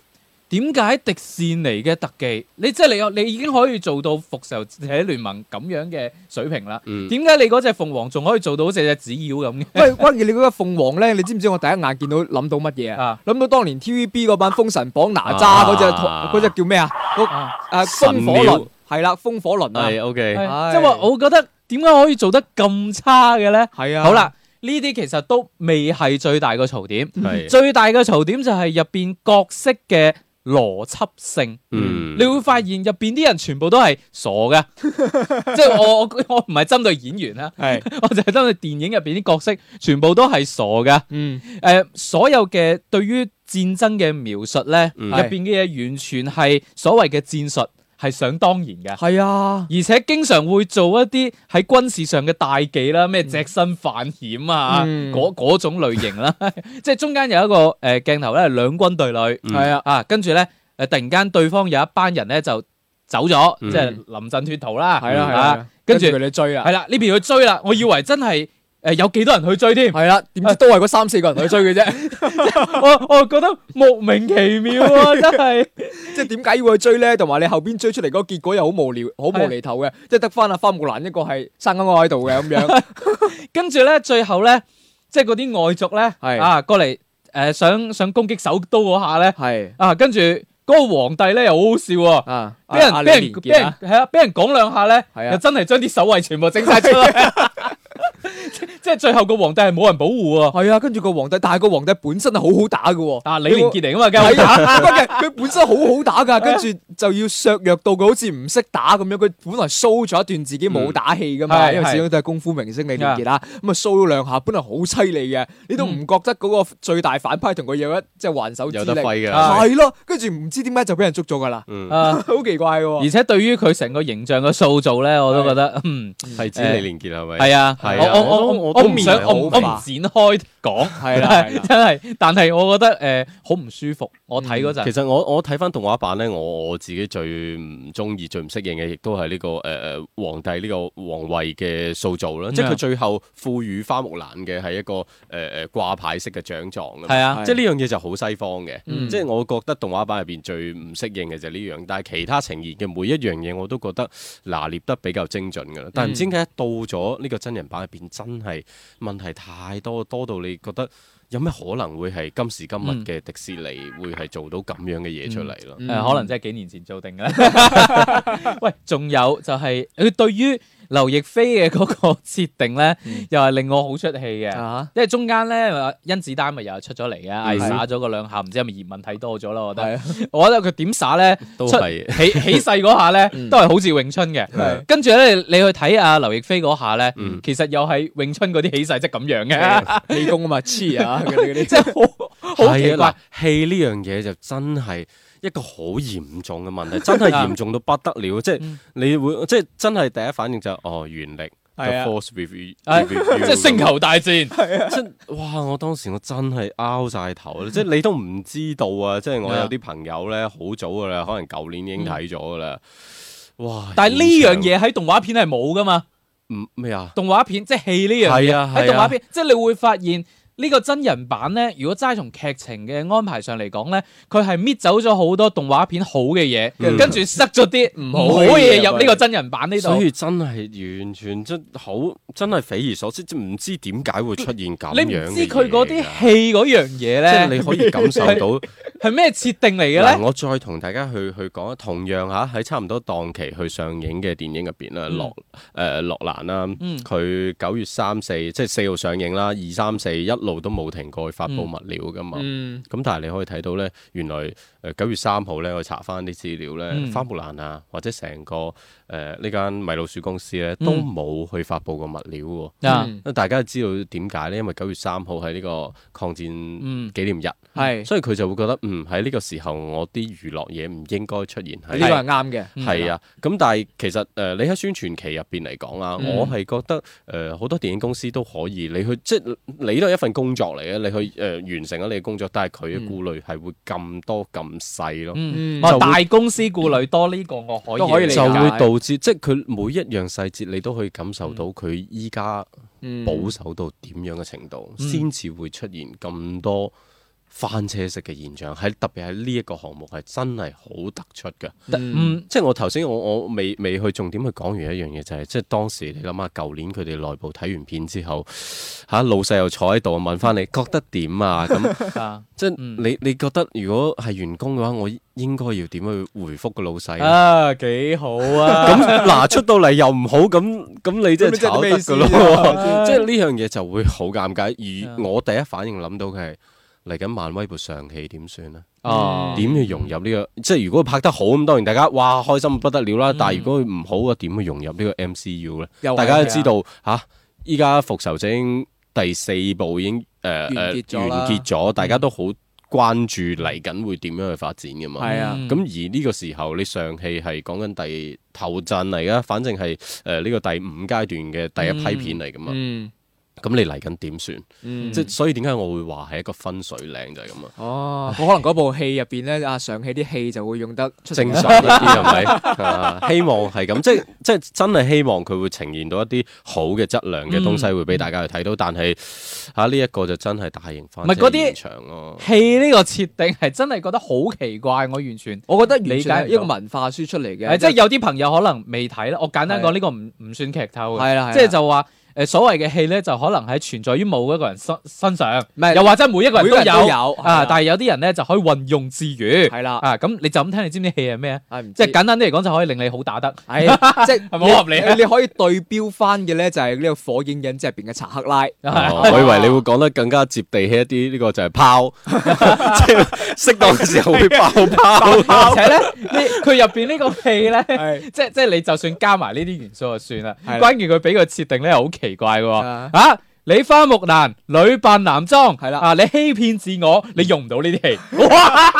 Speaker 3: 點解迪士尼嘅特技，你即係你有你已經可以做到《復仇者聯盟》咁樣嘅水平啦？
Speaker 6: 嗯
Speaker 3: 點解你嗰只鳳凰仲可以做到好似隻紙鷂咁嘅？
Speaker 4: 喂，關鍵你嗰個鳳凰咧，你知唔知我第一眼見到諗到乜嘢啊
Speaker 3: 啊？
Speaker 4: 諗到當年 TVB 嗰版《封神榜》哪吒嗰只
Speaker 6: 啊
Speaker 4: 嗰只叫咩啊？嗰
Speaker 3: 啊
Speaker 4: 啊風火
Speaker 6: 神
Speaker 4: 輪
Speaker 6: 廟
Speaker 4: 係啦，風火輪啊，
Speaker 6: 係 OK，
Speaker 4: 唉
Speaker 3: 係即係話，我覺得點解可以做得咁差嘅咧？
Speaker 4: 係啊，
Speaker 3: 好，啦，呢啲其實都未係最大嘅槽點，
Speaker 6: 係
Speaker 3: 最大嘅槽點就係入邊角色嘅邏輯性。
Speaker 6: 嗯
Speaker 3: 你會發現入邊啲人全部都係傻嘅，即係我我我唔係針對演員啊啦，
Speaker 4: 係，
Speaker 3: 我就係針對電影入邊啲角色，全部都係傻嘅。
Speaker 4: 嗯，
Speaker 3: 誒、所有嘅對於戰爭嘅描述咧，
Speaker 6: 嗯
Speaker 3: 入邊嘅嘢完全係所謂嘅戰術，係想當然嘅。
Speaker 4: 係啊，
Speaker 3: 而且經常會做一啲喺軍事上嘅大忌啦，咩隻身犯險啊，
Speaker 4: 嗯
Speaker 3: 嗰嗰、種類型啦， 即係中間有一個誒、呃、鏡頭咧，兩軍對壘，
Speaker 6: 嗯
Speaker 4: 係啊，
Speaker 3: 啊，跟住咧誒突然間對方有一班人咧就走咗，
Speaker 6: 嗯
Speaker 3: 即係臨陣脱逃啦，
Speaker 4: 係啦，係
Speaker 3: 啊
Speaker 4: 啦，
Speaker 3: 跟住
Speaker 4: 你追啊啦
Speaker 3: 係，啦，呢邊去追啦，我以為真係誒、呃有幾多人去追 添，
Speaker 4: 係啦，點知都係嗰三四個人去追嘅啫，
Speaker 3: 我我覺得莫名其妙啊，真係。
Speaker 4: 即係點解要去追咧？同埋你後邊追出嚟嗰個結果又好無聊，好無厘頭嘅，即係得翻阿花木蘭一個係生勾勾喺度嘅咁 樣，
Speaker 3: 跟住咧，最後咧，即係嗰啲外族
Speaker 4: 係
Speaker 3: 咧，啊過嚟誒、呃想想攻擊首都嗰下咧。
Speaker 4: 係
Speaker 3: 啊，跟住嗰個皇帝咧又好好笑喎、
Speaker 4: 啊，
Speaker 3: 俾人
Speaker 4: 阿
Speaker 3: 俾
Speaker 4: 李
Speaker 3: 人
Speaker 4: 連
Speaker 3: 俾
Speaker 4: 杰
Speaker 3: 人
Speaker 4: 啊
Speaker 3: 係啊，俾人講兩下咧，
Speaker 4: 係啊
Speaker 3: 又真係將啲守衞全部整晒出 嚟， 即即係最後個皇帝係冇人保護喎。
Speaker 4: 係啊，跟住個皇帝，但係個皇帝本身係好好打嘅喎。
Speaker 3: 啊，李連杰嚟噶嘛，梗係好
Speaker 4: 係
Speaker 3: 打。
Speaker 4: 啊， 關鍵佢本身好好打噶，跟住就要削弱到佢好似唔識打咁樣。佢本來 show 咗一段自己冇打戲噶嘛，
Speaker 3: 嗯係
Speaker 4: 因為始終都係功夫明星李連杰啦。咁啊 show 咗兩下，本來好犀利嘅，你都唔覺得嗰個最大反派同佢嗯有一即係還手之
Speaker 6: 有得
Speaker 4: 力。
Speaker 6: 揮
Speaker 3: 啊
Speaker 6: 嘅，
Speaker 4: 係咯，跟住唔知點解就俾人捉咗噶啦，
Speaker 6: 嗯，
Speaker 3: 啊，
Speaker 4: 好奇怪嘅
Speaker 3: 而
Speaker 4: 喎。
Speaker 3: 且對於佢成個形象嘅塑造咧，我都覺得嗯
Speaker 6: 係指李連杰係咪？
Speaker 3: 係啊，
Speaker 6: 係啊
Speaker 3: 我我我
Speaker 6: 我都
Speaker 3: 我
Speaker 6: 我都
Speaker 3: 唔想
Speaker 6: 唔係
Speaker 3: 我
Speaker 6: 好
Speaker 3: 唔我唔
Speaker 4: 明
Speaker 3: 展開講，
Speaker 4: 係啦係啦
Speaker 3: 真係，但係我覺得誒好唔舒服，我睇嗰陣
Speaker 6: 其。實我我睇翻動畫版咧，我我自己最唔中意、最唔適應嘅，亦都係呢個誒誒、呃皇帝呢個皇位嘅塑造啦。即
Speaker 3: 啊
Speaker 6: 係佢最後賦予花木蘭嘅係一個誒誒掛牌式嘅獎狀
Speaker 3: 係
Speaker 6: 啊，
Speaker 3: 啊，
Speaker 6: 即係呢樣嘢就好西方嘅。
Speaker 3: 嗯
Speaker 6: 即係我覺得動畫版入邊最唔適應嘅就係呢樣，但係其他呈現嘅每一樣嘢我都覺得拿捏得比較精準㗎啦。但係唔知點解到咗呢個真人版入邊，真係問題太多，多到你覺得有咩可能會係今時今日嘅迪士尼會係做到咁樣嘅嘢出嚟
Speaker 3: 誒、
Speaker 6: 咯？
Speaker 4: 嗯
Speaker 3: 呃可能真係幾年前做定嘅啦。 喂，仲有就係、佢對於劉亦菲嘅嗰個設定咧，又係令我好出戲嘅。
Speaker 4: 啊，
Speaker 3: 因為中間咧，甄子丹咪又係出咗嚟嘅，
Speaker 6: 嗯
Speaker 3: 係耍咗個兩下，唔知係咪葉問睇多咗啦？我覺
Speaker 4: 係
Speaker 3: 得，
Speaker 4: 啊，
Speaker 3: 我覺得佢點耍咧，
Speaker 6: 都
Speaker 3: 出
Speaker 6: 係
Speaker 3: 起起勢嗰下咧
Speaker 4: 嗯，
Speaker 3: 都係好似詠春嘅
Speaker 4: 係。
Speaker 3: 跟住咧，你去睇阿劉亦菲嗰下咧
Speaker 6: 嗯，
Speaker 3: 其實又係詠春嗰啲起勢即係咁樣嘅，
Speaker 4: 係氣功啊嘛，黐啊，嗰啲嗰 啲
Speaker 3: 即係好好奇
Speaker 6: 係
Speaker 3: 怪
Speaker 6: 啊。嗱戲呢樣嘢就真係一個好嚴重嘅問 題，真係嚴重到不得了。即係
Speaker 3: 嗯
Speaker 6: 你會即係真係第一反應就係、哦原力。The
Speaker 4: 係啊
Speaker 6: force with you-
Speaker 3: 係
Speaker 6: with you
Speaker 3: 哎 即係星球大戰，
Speaker 6: 即哇！我當時我真係拗晒頭啦，即係你都唔知道啊！即係我有啲朋友咧，好早噶啦，可能舊年已經睇咗噶啦。哇！
Speaker 3: 嗯但係呢樣嘢喺動畫片係冇噶嘛。
Speaker 6: 唔咩啊？
Speaker 3: 動畫片即係戲呢樣嘢
Speaker 6: 係啊，
Speaker 3: 喺
Speaker 6: 係
Speaker 3: 動
Speaker 6: 啊
Speaker 3: 畫，片，即係你會發現呢個真人版咧，如果齋從劇情嘅安排上嚟講咧，佢係搣走咗好多動畫片好嘅嘢，
Speaker 6: 嗯
Speaker 3: 跟住塞咗啲
Speaker 4: 唔
Speaker 3: 唔
Speaker 4: 好
Speaker 3: 好
Speaker 4: 嘅嘢
Speaker 3: 嘅嘢入呢個真人版呢度。
Speaker 6: 所
Speaker 3: 你
Speaker 6: 以真係完全真好，真係匪夷所思，即係唔知點解會出現咁
Speaker 3: 唔
Speaker 6: 樣嘅嘢㗎啊
Speaker 3: 知佢嗰啲戲嗰樣嘢
Speaker 6: 即係
Speaker 3: 咧
Speaker 6: 你可以感受 到。
Speaker 3: 係咩設定嚟嘅
Speaker 6: 嗱，
Speaker 3: 咧？
Speaker 6: 我再同大家去去講，同樣嚇喺差唔多檔期去上映嘅電影入邊啦，
Speaker 3: 嗯
Speaker 6: 洛誒洛蘭啦，
Speaker 3: 嗯
Speaker 6: 佢九月三四即係四號上映啦，二三四一路都冇停過去發布
Speaker 3: 嗯
Speaker 6: 物料噶嘛。
Speaker 4: 嗯，
Speaker 6: 咁但係你可以睇到咧，原來誒九月三號咧，我查翻啲資料咧，
Speaker 3: 嗯
Speaker 6: 花木蘭啊，或者成個誒呢間米老鼠公司咧，
Speaker 3: 嗯
Speaker 6: 都冇去發布個物料喎。
Speaker 3: 啊，
Speaker 4: 嗯
Speaker 6: 大家知道點解呢？因為九月三號係呢個抗戰
Speaker 3: 嗯，
Speaker 6: 紀念日，
Speaker 4: 係
Speaker 6: 所以佢就會覺得嗯喺呢個時候我啲娛樂嘢唔應該出現
Speaker 4: 呢個
Speaker 6: 喺。
Speaker 4: 係啱嘅。
Speaker 3: 嗯
Speaker 6: 係啊，咁但係其實誒、呃你喺宣傳期入邊嚟講啊，
Speaker 3: 嗯
Speaker 6: 我係覺得呃誒好、多電影公司都可以，你去即係你都係一份工作嚟嘅，你去誒、呃完成咗你嘅工作，但係佢嘅顧慮係會咁多咁細咯。
Speaker 3: 嗯，
Speaker 4: 嗯
Speaker 3: 我
Speaker 6: 就會
Speaker 3: 大公司顧慮多呢個我可以
Speaker 4: 都可以理
Speaker 3: 理
Speaker 4: 解
Speaker 3: 解
Speaker 6: 就會導致，即係佢每一樣細節，你都可以感受到佢依家
Speaker 4: 嗯
Speaker 6: 保守到點樣嘅程度，
Speaker 3: 嗯
Speaker 6: 先至、會出現咁多翻車式嘅現象。喺特別喺呢一個項目係真係好突出嘅。
Speaker 4: 嗯
Speaker 3: 嗯
Speaker 6: 即係我頭先我我未未去重點去講完一樣嘢就係、即係當時你諗下舊年佢哋內部睇完片之後，嚇、老細又坐喺度問翻你覺得點啊？咁
Speaker 3: 啊
Speaker 6: 即係
Speaker 3: 嗯
Speaker 6: 你你覺得如果係員工嘅話，我應該要點去回覆個老細呢？
Speaker 3: 啊，幾好 啊！
Speaker 6: 咁嗱出到嚟又唔好，咁咁你即係炒得 噶咯喎，
Speaker 3: 咁
Speaker 6: 即
Speaker 3: 啊即係
Speaker 6: 係
Speaker 3: 咩意思啊
Speaker 6: 呢樣嘢就會好尷尬。
Speaker 3: 啊
Speaker 6: 而我第一反應諗到嘅係嚟緊漫威部上戲點算啊呢？
Speaker 4: 啊
Speaker 3: 哦
Speaker 6: 點去融入呢個？即係如果拍得好咁，當然大家哇開心不得了啦
Speaker 3: 嗯。
Speaker 6: 但係如果唔好嘅，點去融入呢個 MCU 呢？
Speaker 4: 又係啊
Speaker 6: 大家都知道吓，依家復仇者已經第四部已經誒誒
Speaker 4: 完結咗啦
Speaker 6: 完結咗，大家都好關注嚟緊會點樣去發展噶嘛。
Speaker 4: 係啊，
Speaker 6: 咁而呢個時候，你上戲係講緊第頭陣嚟噶，反正係誒呢個第五階段嘅第一批片嚟噶嘛。
Speaker 4: 嗯
Speaker 6: 咁、你嚟緊點算？
Speaker 4: 嗯，
Speaker 6: 即係所以點解我會話係一個分水嶺就係咁啊？
Speaker 4: 哦，可能嗰部戲入邊咧，啊上戲啲戲就會用得出
Speaker 6: 正常一啲係咪？ 啊希望係咁，即係即係真係希望佢會呈現到一啲好嘅質量嘅東西，會俾大家去睇到。但係嚇呢一個就真係大型翻
Speaker 3: 唔係嗰啲
Speaker 6: 現場 咯。
Speaker 3: 戲呢個設定係真係覺得好奇怪，我完全。
Speaker 4: 我覺得
Speaker 3: 理
Speaker 4: 理
Speaker 3: 解
Speaker 4: 解
Speaker 3: 唔
Speaker 4: 一個
Speaker 3: 到
Speaker 4: 文化輸出嚟
Speaker 3: 誒，
Speaker 4: 嘅，
Speaker 3: 即係有啲朋友可能未睇啦。我簡單
Speaker 4: 係啊
Speaker 3: 講，呢個唔唔算劇透嘅，
Speaker 4: 係啦，係啦
Speaker 3: 即係就話誒所謂嘅戲咧，就可能喺存在於某一個人身身上，
Speaker 4: 唔係
Speaker 3: 又或者每一個人
Speaker 4: 每個
Speaker 3: 都
Speaker 4: 人都
Speaker 3: 有
Speaker 4: 有
Speaker 3: 啊。但係有啲人咧就可以運用自如
Speaker 4: 係啦，
Speaker 3: 啊。咁你就咁聽，你知唔知戲係咩啊？
Speaker 4: 係唔
Speaker 3: 即
Speaker 4: 知
Speaker 3: 係簡單啲嚟講，就可以令你好打得。
Speaker 4: 係啊即係
Speaker 3: 係咪好合理啊
Speaker 4: 你你可以對標翻嘅咧，就係呢個《火影忍者》入邊嘅查克拉。
Speaker 6: 哦我以為你會講得更加接地氣一啲，呢個就係拋， 即係適當嘅時候會爆拋。
Speaker 3: 而且咧，呢佢入邊呢 個戲咧。
Speaker 4: 係
Speaker 3: 即即係你就算加埋呢啲元素就算啦，
Speaker 4: 係啦
Speaker 3: 關鍵佢俾個設定咧好奇怪嘅喎
Speaker 4: 啊
Speaker 3: 啊！你花木蘭女扮男裝，
Speaker 4: 係啦
Speaker 3: 啊！你欺騙自我，你用唔到呢啲戲，
Speaker 4: 哇！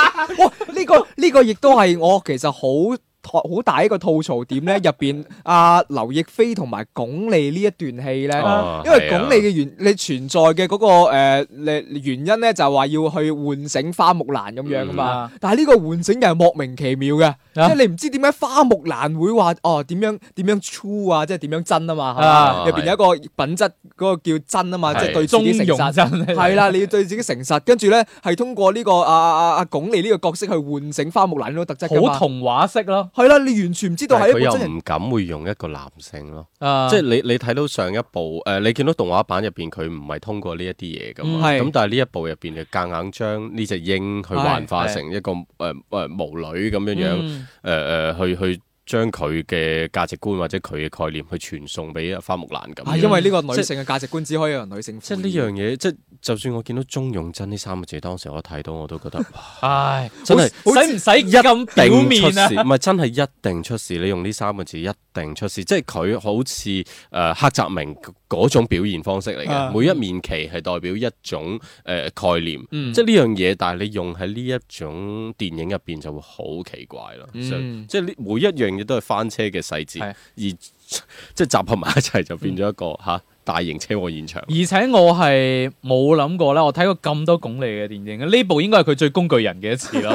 Speaker 4: 呢個呢個亦都係我其實好。好大一個吐槽點咧，入邊阿劉亦菲同埋鞏俐呢一段戲咧，
Speaker 6: 哦
Speaker 4: 因為
Speaker 6: 係啊
Speaker 4: 鞏俐嘅原你存在嘅嗰、個誒、呃原因咧，就係話要去喚醒花木蘭咁樣噶嘛。
Speaker 6: 嗯
Speaker 4: 但係呢個喚醒又係莫名其妙嘅，
Speaker 6: 啊
Speaker 4: 即係你唔知點解花木蘭會話哦點樣點樣 true 啊，即係點樣真啊嘛。係嘛
Speaker 3: 啊
Speaker 4: 入邊有一個品質嗰、個叫真啊嘛，即係
Speaker 6: 係
Speaker 4: 對自
Speaker 3: 中
Speaker 4: 己誠
Speaker 3: 庸
Speaker 4: 實。
Speaker 3: 真
Speaker 4: 係啦，你要對自己誠實，跟住咧係通過呢個啊啊啊鞏俐呢個角色去喚醒花木蘭呢個特質㗎嘛
Speaker 3: 好童話式咯，
Speaker 4: 係啦，你完全唔知道
Speaker 6: 但
Speaker 4: 係一
Speaker 6: 係佢
Speaker 4: 個
Speaker 6: 又
Speaker 4: 真人，
Speaker 6: 唔敢會用一個男性咯，
Speaker 3: 啊
Speaker 6: 即係你你睇到上一部誒，你見到動畫版入邊佢唔係通過呢一啲嘢噶
Speaker 4: 嗯
Speaker 6: 嘛，
Speaker 4: 係
Speaker 6: 咁但係呢一部入邊就夾硬將呢只鷹去幻化
Speaker 3: 係
Speaker 6: 成一個誒誒巫女咁樣樣。
Speaker 3: 嗯
Speaker 6: 誒誒、去去將佢嘅價值觀或者佢嘅概念去傳送俾花木蘭咁樣。
Speaker 4: 係啊因為呢個女性嘅價值觀只可以由女性賦
Speaker 6: 即係
Speaker 4: 予
Speaker 6: 呢樣嘢，即係就算我見到鍾勇真呢三個字，當時我睇到我都覺得哇
Speaker 3: 唉，
Speaker 6: 真係
Speaker 3: 好使唔使咁表
Speaker 6: 定出
Speaker 3: 面啊？
Speaker 6: 事，唔係真係一定出事。你用呢三個字一定出事，即係佢好似誒、呃黑澤明嗰種表現方式嚟嘅，
Speaker 4: 啊
Speaker 6: 每一面旗係代表一種誒、呃概念，
Speaker 4: 嗯
Speaker 6: 即係呢樣嘢。但係你用喺呢一種電影入邊就會好奇怪咯。
Speaker 4: 嗯
Speaker 6: 所以即係呢每一樣嘢都係翻車嘅細節，
Speaker 3: 係
Speaker 6: 而 即係集合埋一齊就變咗一個嚇、大型車禍現場。
Speaker 3: 而且我係冇諗過啦，我睇過咁多鞏俐嘅電影，呢部應該係佢最工具人嘅一次咯。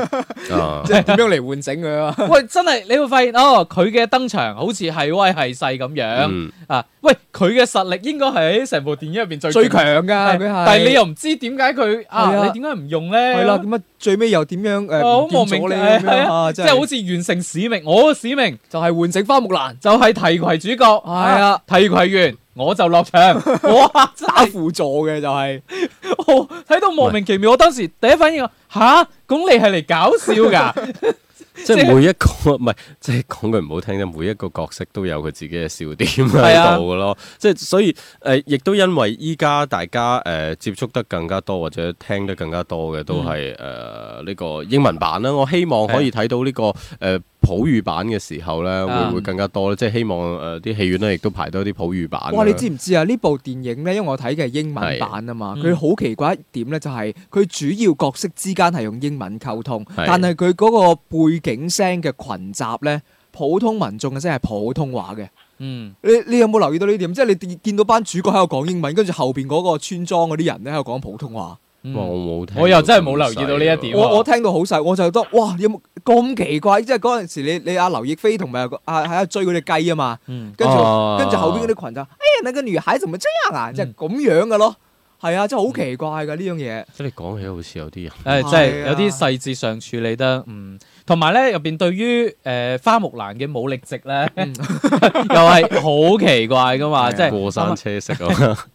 Speaker 6: 啊
Speaker 4: 即係點樣嚟喚醒 佢啊？
Speaker 3: 喂，真係你會發現哦，佢嘅登場好似係威係勢咁樣。
Speaker 6: 嗯
Speaker 3: 啊，喂，佢嘅實力應該係喺成部電影入邊最
Speaker 4: 最
Speaker 3: 強
Speaker 4: 強噶，
Speaker 3: 係
Speaker 4: 佢係，
Speaker 3: 但係你又唔知點解佢
Speaker 4: 係
Speaker 3: 啊，
Speaker 4: 啊
Speaker 3: 你點解唔用咧？
Speaker 4: 係啦，點解最尾又點樣
Speaker 3: 啊好
Speaker 4: 誒唔見
Speaker 3: 莫名
Speaker 4: 咗你
Speaker 3: 係
Speaker 4: 咁
Speaker 3: 係
Speaker 4: 樣啊？
Speaker 3: 即
Speaker 4: 即
Speaker 3: 係好
Speaker 4: 係
Speaker 3: 似完成使命，我嘅使命
Speaker 4: 就係喚醒花木蘭
Speaker 3: 就係提攜主角，係
Speaker 4: 啊
Speaker 3: 提攜完我就落 場，哇，哦真
Speaker 4: 打
Speaker 3: 係
Speaker 4: 輔助嘅就 係，
Speaker 3: 啊 我睇到莫名其妙，我當時第一反應我吓，咁你係嚟搞笑㗎？
Speaker 6: 即係每一個 唔係，即係講句唔好聽啫，每一個角色都有佢自己嘅笑點喺
Speaker 3: 啊
Speaker 6: 度嘅咯。即係所以誒、呃亦都因為依家大家誒、呃接觸得更加多，或者聽得更加多嘅都
Speaker 3: 嗯
Speaker 6: 係誒呢個英文版啦。我希望可以睇到呢、個誒。呃普語版嘅時候咧，
Speaker 3: 啊
Speaker 6: 會會更加多咧，即係希望誒啲戲院咧，亦都排多啲普語版啦。
Speaker 4: 哇！你知唔知啊？呢部電影咧，因為我睇嘅係英文版啊嘛，
Speaker 3: 係
Speaker 4: 佢好奇怪一點咧，就係佢主要角色之間係用英文溝通，
Speaker 6: 係
Speaker 4: 但係佢嗰個背景聲嘅群集咧，普通民眾嘅聲係普通話嘅。
Speaker 3: 嗯，
Speaker 4: 你你有冇留意到呢點？即係你見見到班主角喺度講英文，跟住後邊嗰個村莊嗰啲人咧喺度講普通話。
Speaker 3: 嗯
Speaker 6: 哇我冇聽，
Speaker 3: 我又真係冇留意到呢一點點啊
Speaker 4: 我我聽到好細，我就覺得哇！有冇咁奇怪？即係嗰陣時你你阿劉亦菲同埋有個啊喺度追嗰只雞啊嘛。
Speaker 3: 嗯
Speaker 4: 跟住
Speaker 6: 啊
Speaker 4: 跟住後邊嗰啲群就，哎呀，那個女孩怎麼這樣啊？即係咁樣嘅咯，係啊，真係好奇怪㗎呢樣嘢。
Speaker 6: 即係你講起好似有啲人。
Speaker 3: 誒，即
Speaker 4: 係
Speaker 3: 係
Speaker 4: 啊
Speaker 3: 有啲細節上處理得嗯，同埋咧入邊對於誒、呃花木蘭嘅武力值 咧，
Speaker 4: 嗯
Speaker 3: 又係好奇怪噶嘛，即係啊
Speaker 6: 過山車式啊！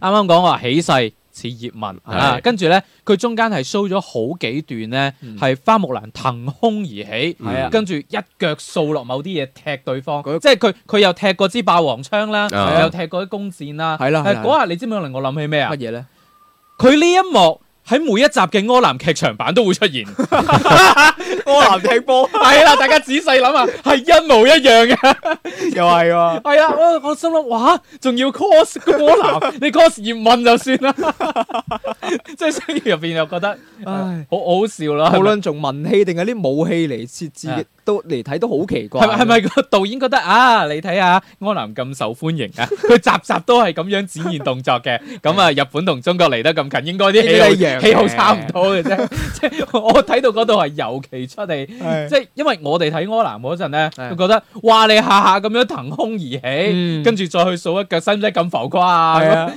Speaker 3: 啱啱講話起勢似葉問啊，
Speaker 6: 係
Speaker 3: 跟住咧佢中間係 show 咗好幾段咧，
Speaker 4: 嗯
Speaker 3: 係、花木蘭騰空而起，
Speaker 6: 係啊
Speaker 3: 跟住一腳掃落某啲嘢踢對方，
Speaker 4: 嗰
Speaker 3: 即係佢佢又踢過支霸王槍啦，
Speaker 6: 啊
Speaker 3: 又踢過啲弓箭啦，
Speaker 4: 係啦係啦
Speaker 3: 誒嗰下你知唔知令我諗起咩啊
Speaker 4: 乜？嘢咧？
Speaker 3: 佢呢一幕喺每一集嘅柯南劇場版都會出 現。
Speaker 4: 柯南 踢波
Speaker 3: 系啦，大家仔細諗下，係一模一樣嘅。
Speaker 4: 又係啊喎。
Speaker 3: 係啦，我我心諗，哇，仲要 cos 柯南，你 cos 葉問就算 啦。即係所以入邊又覺得
Speaker 4: 唉，
Speaker 3: 好好笑啦。
Speaker 4: 無論從文戲定係啲武戲嚟設置嘅
Speaker 3: 啊
Speaker 4: 都嚟睇都好奇怪。
Speaker 3: 係咪係咪個導演覺得啊？你睇下柯南咁受歡 迎啊，佢集集都係咁樣展現動作嘅。咁啊，日本同中國嚟得咁近，應該啲喜
Speaker 4: 應該一樣
Speaker 3: 好
Speaker 4: 嘅
Speaker 3: 喜好差唔多嘅啫。 即係我睇到嗰度係尤其出嚟。
Speaker 4: 係
Speaker 3: 即係因為我哋睇柯南嗰陣咧，
Speaker 4: 係
Speaker 3: 就覺得哇你下下咁樣騰空而起
Speaker 4: 嗯，
Speaker 3: 跟住再去數一腳，使唔使咁浮誇
Speaker 4: 係
Speaker 3: 啊？
Speaker 4: 啊？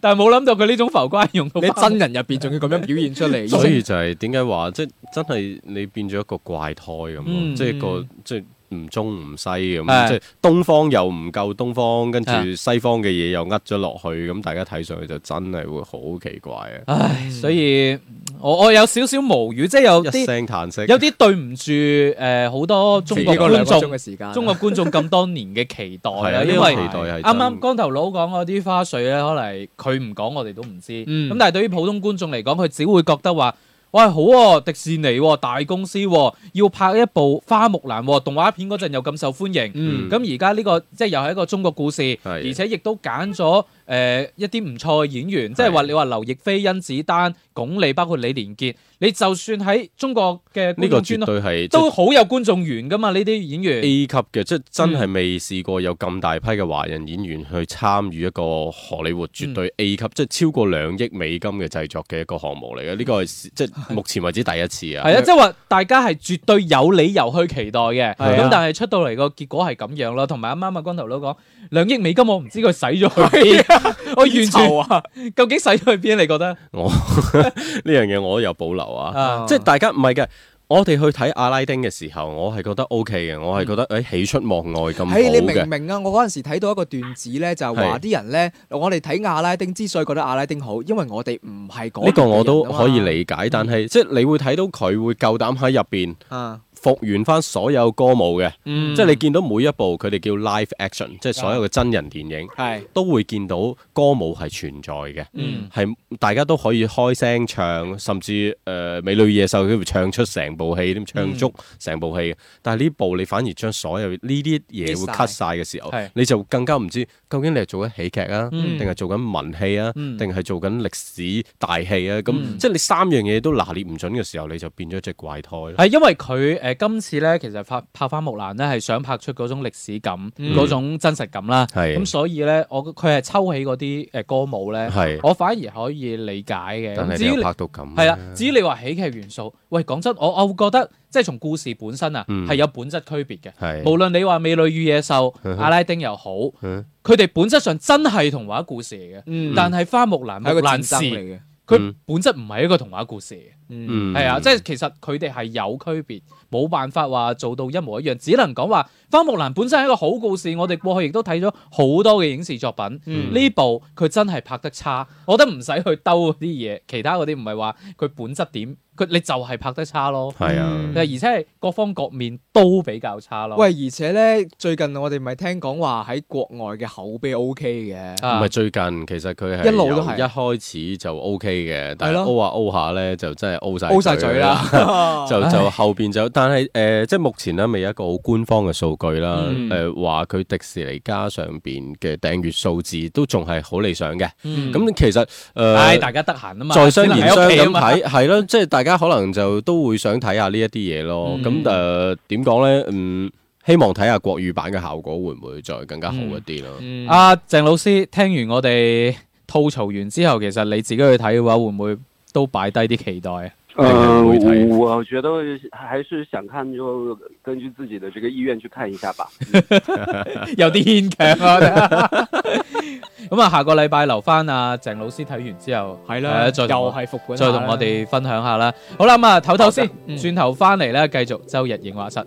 Speaker 3: 但係冇諗到佢呢種浮誇係用到
Speaker 4: 你
Speaker 3: 花
Speaker 4: 真人入邊仲要咁樣表現出嚟，
Speaker 6: 所以就係點解話即係真係你變咗一個怪胎咁咯，
Speaker 3: 嗯
Speaker 6: 即係一個即係唔中唔西咁，
Speaker 3: 係
Speaker 6: 即係東方又唔夠東方，跟住
Speaker 3: 啊
Speaker 6: 西方嘅嘢又呃咗落去，咁大家睇上去就真係會好奇怪 啊！
Speaker 3: 唉，所以我我有少少無語，即係有
Speaker 6: 一
Speaker 3: 啲
Speaker 6: 聲嘆息，
Speaker 3: 有啲對唔住誒好多中國
Speaker 4: 呢個兩
Speaker 3: 觀
Speaker 4: 個鐘
Speaker 3: 眾
Speaker 4: 嘅。時間，
Speaker 3: 中國觀眾咁多年嘅期待
Speaker 6: 啊係啊，
Speaker 3: 啦，
Speaker 6: 呢
Speaker 3: 因
Speaker 6: 個
Speaker 3: 為
Speaker 6: 期待係
Speaker 3: 啱啱
Speaker 6: 真
Speaker 3: 光頭佬講嗰啲花絮咧，可能佢唔講我哋都唔知。咁、
Speaker 4: 嗯
Speaker 3: 但係對於普通觀眾嚟講，佢只會覺得話：喂，好喎、迪士尼喎、大公司喎、要拍一部花木蘭喎、動畫片嗰陣又咁受歡迎。
Speaker 4: 嗯
Speaker 3: 咁而家呢個即係又係一個中國故事，
Speaker 6: 係
Speaker 3: 而且亦都揀咗誒一啲唔錯嘅演員，即係話你話劉亦菲、甄子丹、鞏俐，包括李連傑，你就算喺中國嘅
Speaker 6: 呢
Speaker 3: 觀
Speaker 6: 個
Speaker 3: 眾圈
Speaker 6: 絕對係即係
Speaker 3: 都好有觀眾緣噶嘛，呢啲演員。
Speaker 6: A 級嘅，即係真
Speaker 3: 嗯
Speaker 6: 係未試過有咁大批嘅華人演員去參與一個荷里活
Speaker 3: 嗯
Speaker 6: 絕對 A 級，即係超過兩億美金嘅製作嘅一個項目嚟嘅。呢個係即係目前為止第一次啊！
Speaker 3: 係啊，即係話大家係絕對有理由去期待嘅，
Speaker 4: 係
Speaker 3: 咁
Speaker 4: 啊
Speaker 3: 但係出到嚟個結果係咁樣咯，同埋啱啱阿光頭佬講兩億美金，我唔知佢使咗去邊， 我完
Speaker 4: 啊，
Speaker 3: 全 究竟使咗去邊？你覺得
Speaker 6: 我呢樣嘢我都有保留啊，
Speaker 3: 啊？
Speaker 6: 即係大家唔係嘅。我哋去睇阿拉丁嘅時候，我係覺得 O K 嘅，我係覺得誒喜出望外咁好
Speaker 4: 係你明
Speaker 6: 嘅
Speaker 4: 唔，明啊？我嗰陣時睇到一個段子咧，就係話
Speaker 6: 係
Speaker 4: 啲人咧，我哋睇阿拉丁之所以覺得阿拉丁好，因為我哋唔係嗰
Speaker 6: 呢個我都
Speaker 4: 邊嘅人啊嘛
Speaker 6: 可以理解。但係即係你會睇到佢會夠膽喺入邊
Speaker 4: 啊，
Speaker 6: 復原翻所有歌舞嘅，
Speaker 3: 嗯
Speaker 6: 即係你見到每一部佢哋叫 live action，即係所有嘅真人電影，
Speaker 4: 係
Speaker 6: 都會見到歌舞係存在嘅，
Speaker 3: 嗯
Speaker 6: 係大家都可以開聲唱，甚至誒、呃美女與野獸佢會唱出成部戲，咁唱足成部戲嘅。但係呢部你反而將所有呢啲嘢會
Speaker 4: Miss
Speaker 6: cut 晒嘅時候
Speaker 3: 係，
Speaker 6: 你就更加唔知究竟你係做緊喜劇啊，
Speaker 3: 嗯
Speaker 6: 定係做緊文戲啊，
Speaker 3: 嗯
Speaker 6: 定係做緊歷史大戲啊？咁、
Speaker 3: 嗯
Speaker 6: 即係你三樣嘢都拿捏唔準嘅時候，你就變咗一隻怪胎咯。
Speaker 3: 係因為佢誒、呃今次咧，其實拍拍花木蘭咧係想拍出嗰種歷史感、
Speaker 4: 嗯
Speaker 3: 嗰、種真實感啦。
Speaker 6: 係
Speaker 3: 咁所以咧，我佢係抽起嗰啲誒歌舞咧，
Speaker 6: 係
Speaker 3: 我反而可以理解嘅。
Speaker 6: 但
Speaker 3: 咁
Speaker 6: 係
Speaker 3: 至於
Speaker 6: 你又
Speaker 3: 你
Speaker 6: 拍到咁，
Speaker 3: 係啦，啊至於你話喜劇元素，喂，講真，我我會覺得即係從故事本身啊，
Speaker 6: 嗯
Speaker 3: 係有本質區別嘅。
Speaker 6: 係
Speaker 3: 無論你話美女與野獸、
Speaker 6: 嗯哼
Speaker 3: 阿拉丁又好，
Speaker 6: 嗯
Speaker 3: 佢哋本質上真係童話故事嚟嘅。
Speaker 4: 嗯
Speaker 3: 但係花木蘭、木
Speaker 4: 係一個
Speaker 3: 蘭
Speaker 4: 嗯戰爭
Speaker 3: 時，
Speaker 4: 嚟嘅，
Speaker 3: 佢
Speaker 6: 嗯
Speaker 3: 本質唔係一個童話故事嚟嘅。
Speaker 6: 嗯，
Speaker 3: 係啊，即係其實佢哋係有區別，冇辦法話做到一模一樣，只能講話《花木蘭》本身係一個好故事，我哋過去亦都睇咗好多嘅影視作品。
Speaker 4: 嗯
Speaker 3: 呢、部佢真係拍得差，我覺得唔使去兜嗰啲嘢，其他嗰啲唔係話佢本質點，佢你就係拍得差咯。
Speaker 6: 係
Speaker 4: 嗯
Speaker 6: 啊，
Speaker 3: 而且係各方各面都比較差咯。
Speaker 4: 喂，而且咧，最近我哋咪聽講話喺國外嘅口碑 O K 嘅，
Speaker 3: 啊，
Speaker 6: 唔係最近其實佢係
Speaker 4: 一路都係
Speaker 6: 由一開始就 O K 嘅，但
Speaker 4: 係咯
Speaker 6: 係 O 下 O 下咧就真係 O 晒
Speaker 4: O 晒嘴啦，
Speaker 6: 就就後邊就，但係誒、呃即係目前咧未有一個好官方嘅數據啦。
Speaker 4: 嗯
Speaker 6: 誒話佢迪士尼加上邊嘅訂閱數字都仲係好理想嘅。咁、
Speaker 3: 嗯
Speaker 6: 其實誒。呃
Speaker 3: 唉，大家得閒啊嘛，
Speaker 6: 在商言商
Speaker 3: 只能喺屋企啊
Speaker 6: 咁
Speaker 3: 嘛
Speaker 6: 睇，係咯， 即係大家可能就都會想睇下呢一啲嘢咯。
Speaker 3: 嗯
Speaker 6: 咁誒點講咧？嗯，希望睇下國語版嘅效果會唔會再更加好一啲咯。
Speaker 4: 嗯
Speaker 3: 阿啊鄭老師聽完我哋吐槽完之後，其實你自己去睇嘅話，會唔會都擺低啲期待啊？
Speaker 5: 呃，
Speaker 6: 会睇
Speaker 5: 我我觉得还是想看就根据自己的这个意愿去看一下吧。 嗯
Speaker 3: 有啲牽強啊！ 咁啊，下個禮拜留翻阿鄭老師睇完之後，
Speaker 4: 係
Speaker 3: 係
Speaker 4: 啦，
Speaker 3: 啊
Speaker 4: 又
Speaker 3: 再同我
Speaker 4: 係復本下
Speaker 3: 再
Speaker 4: 啦，
Speaker 3: 同我哋分享下啦。好啦，咁啊，唞唞先
Speaker 4: 嗯，
Speaker 3: 轉頭翻嚟咧，繼續周日映畫室。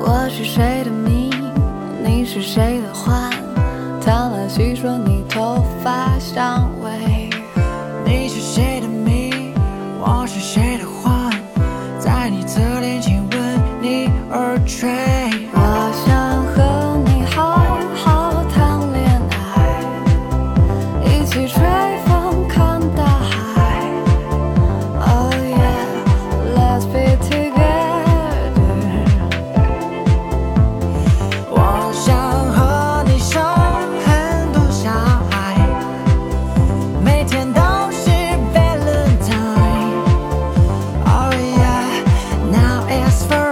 Speaker 2: 我是谁的谜，你是谁的幻？唐兰叙说你头发香味。
Speaker 7: 你是谁的谜，我是谁的幻，在你侧脸前为你而坠。
Speaker 2: 我想和你好好谈恋爱，一起吹风看大海。Oh yeah, let's be together。
Speaker 7: 我想和你生很多小孩，每天都是 Valentine。Oh yeah, now it's forever.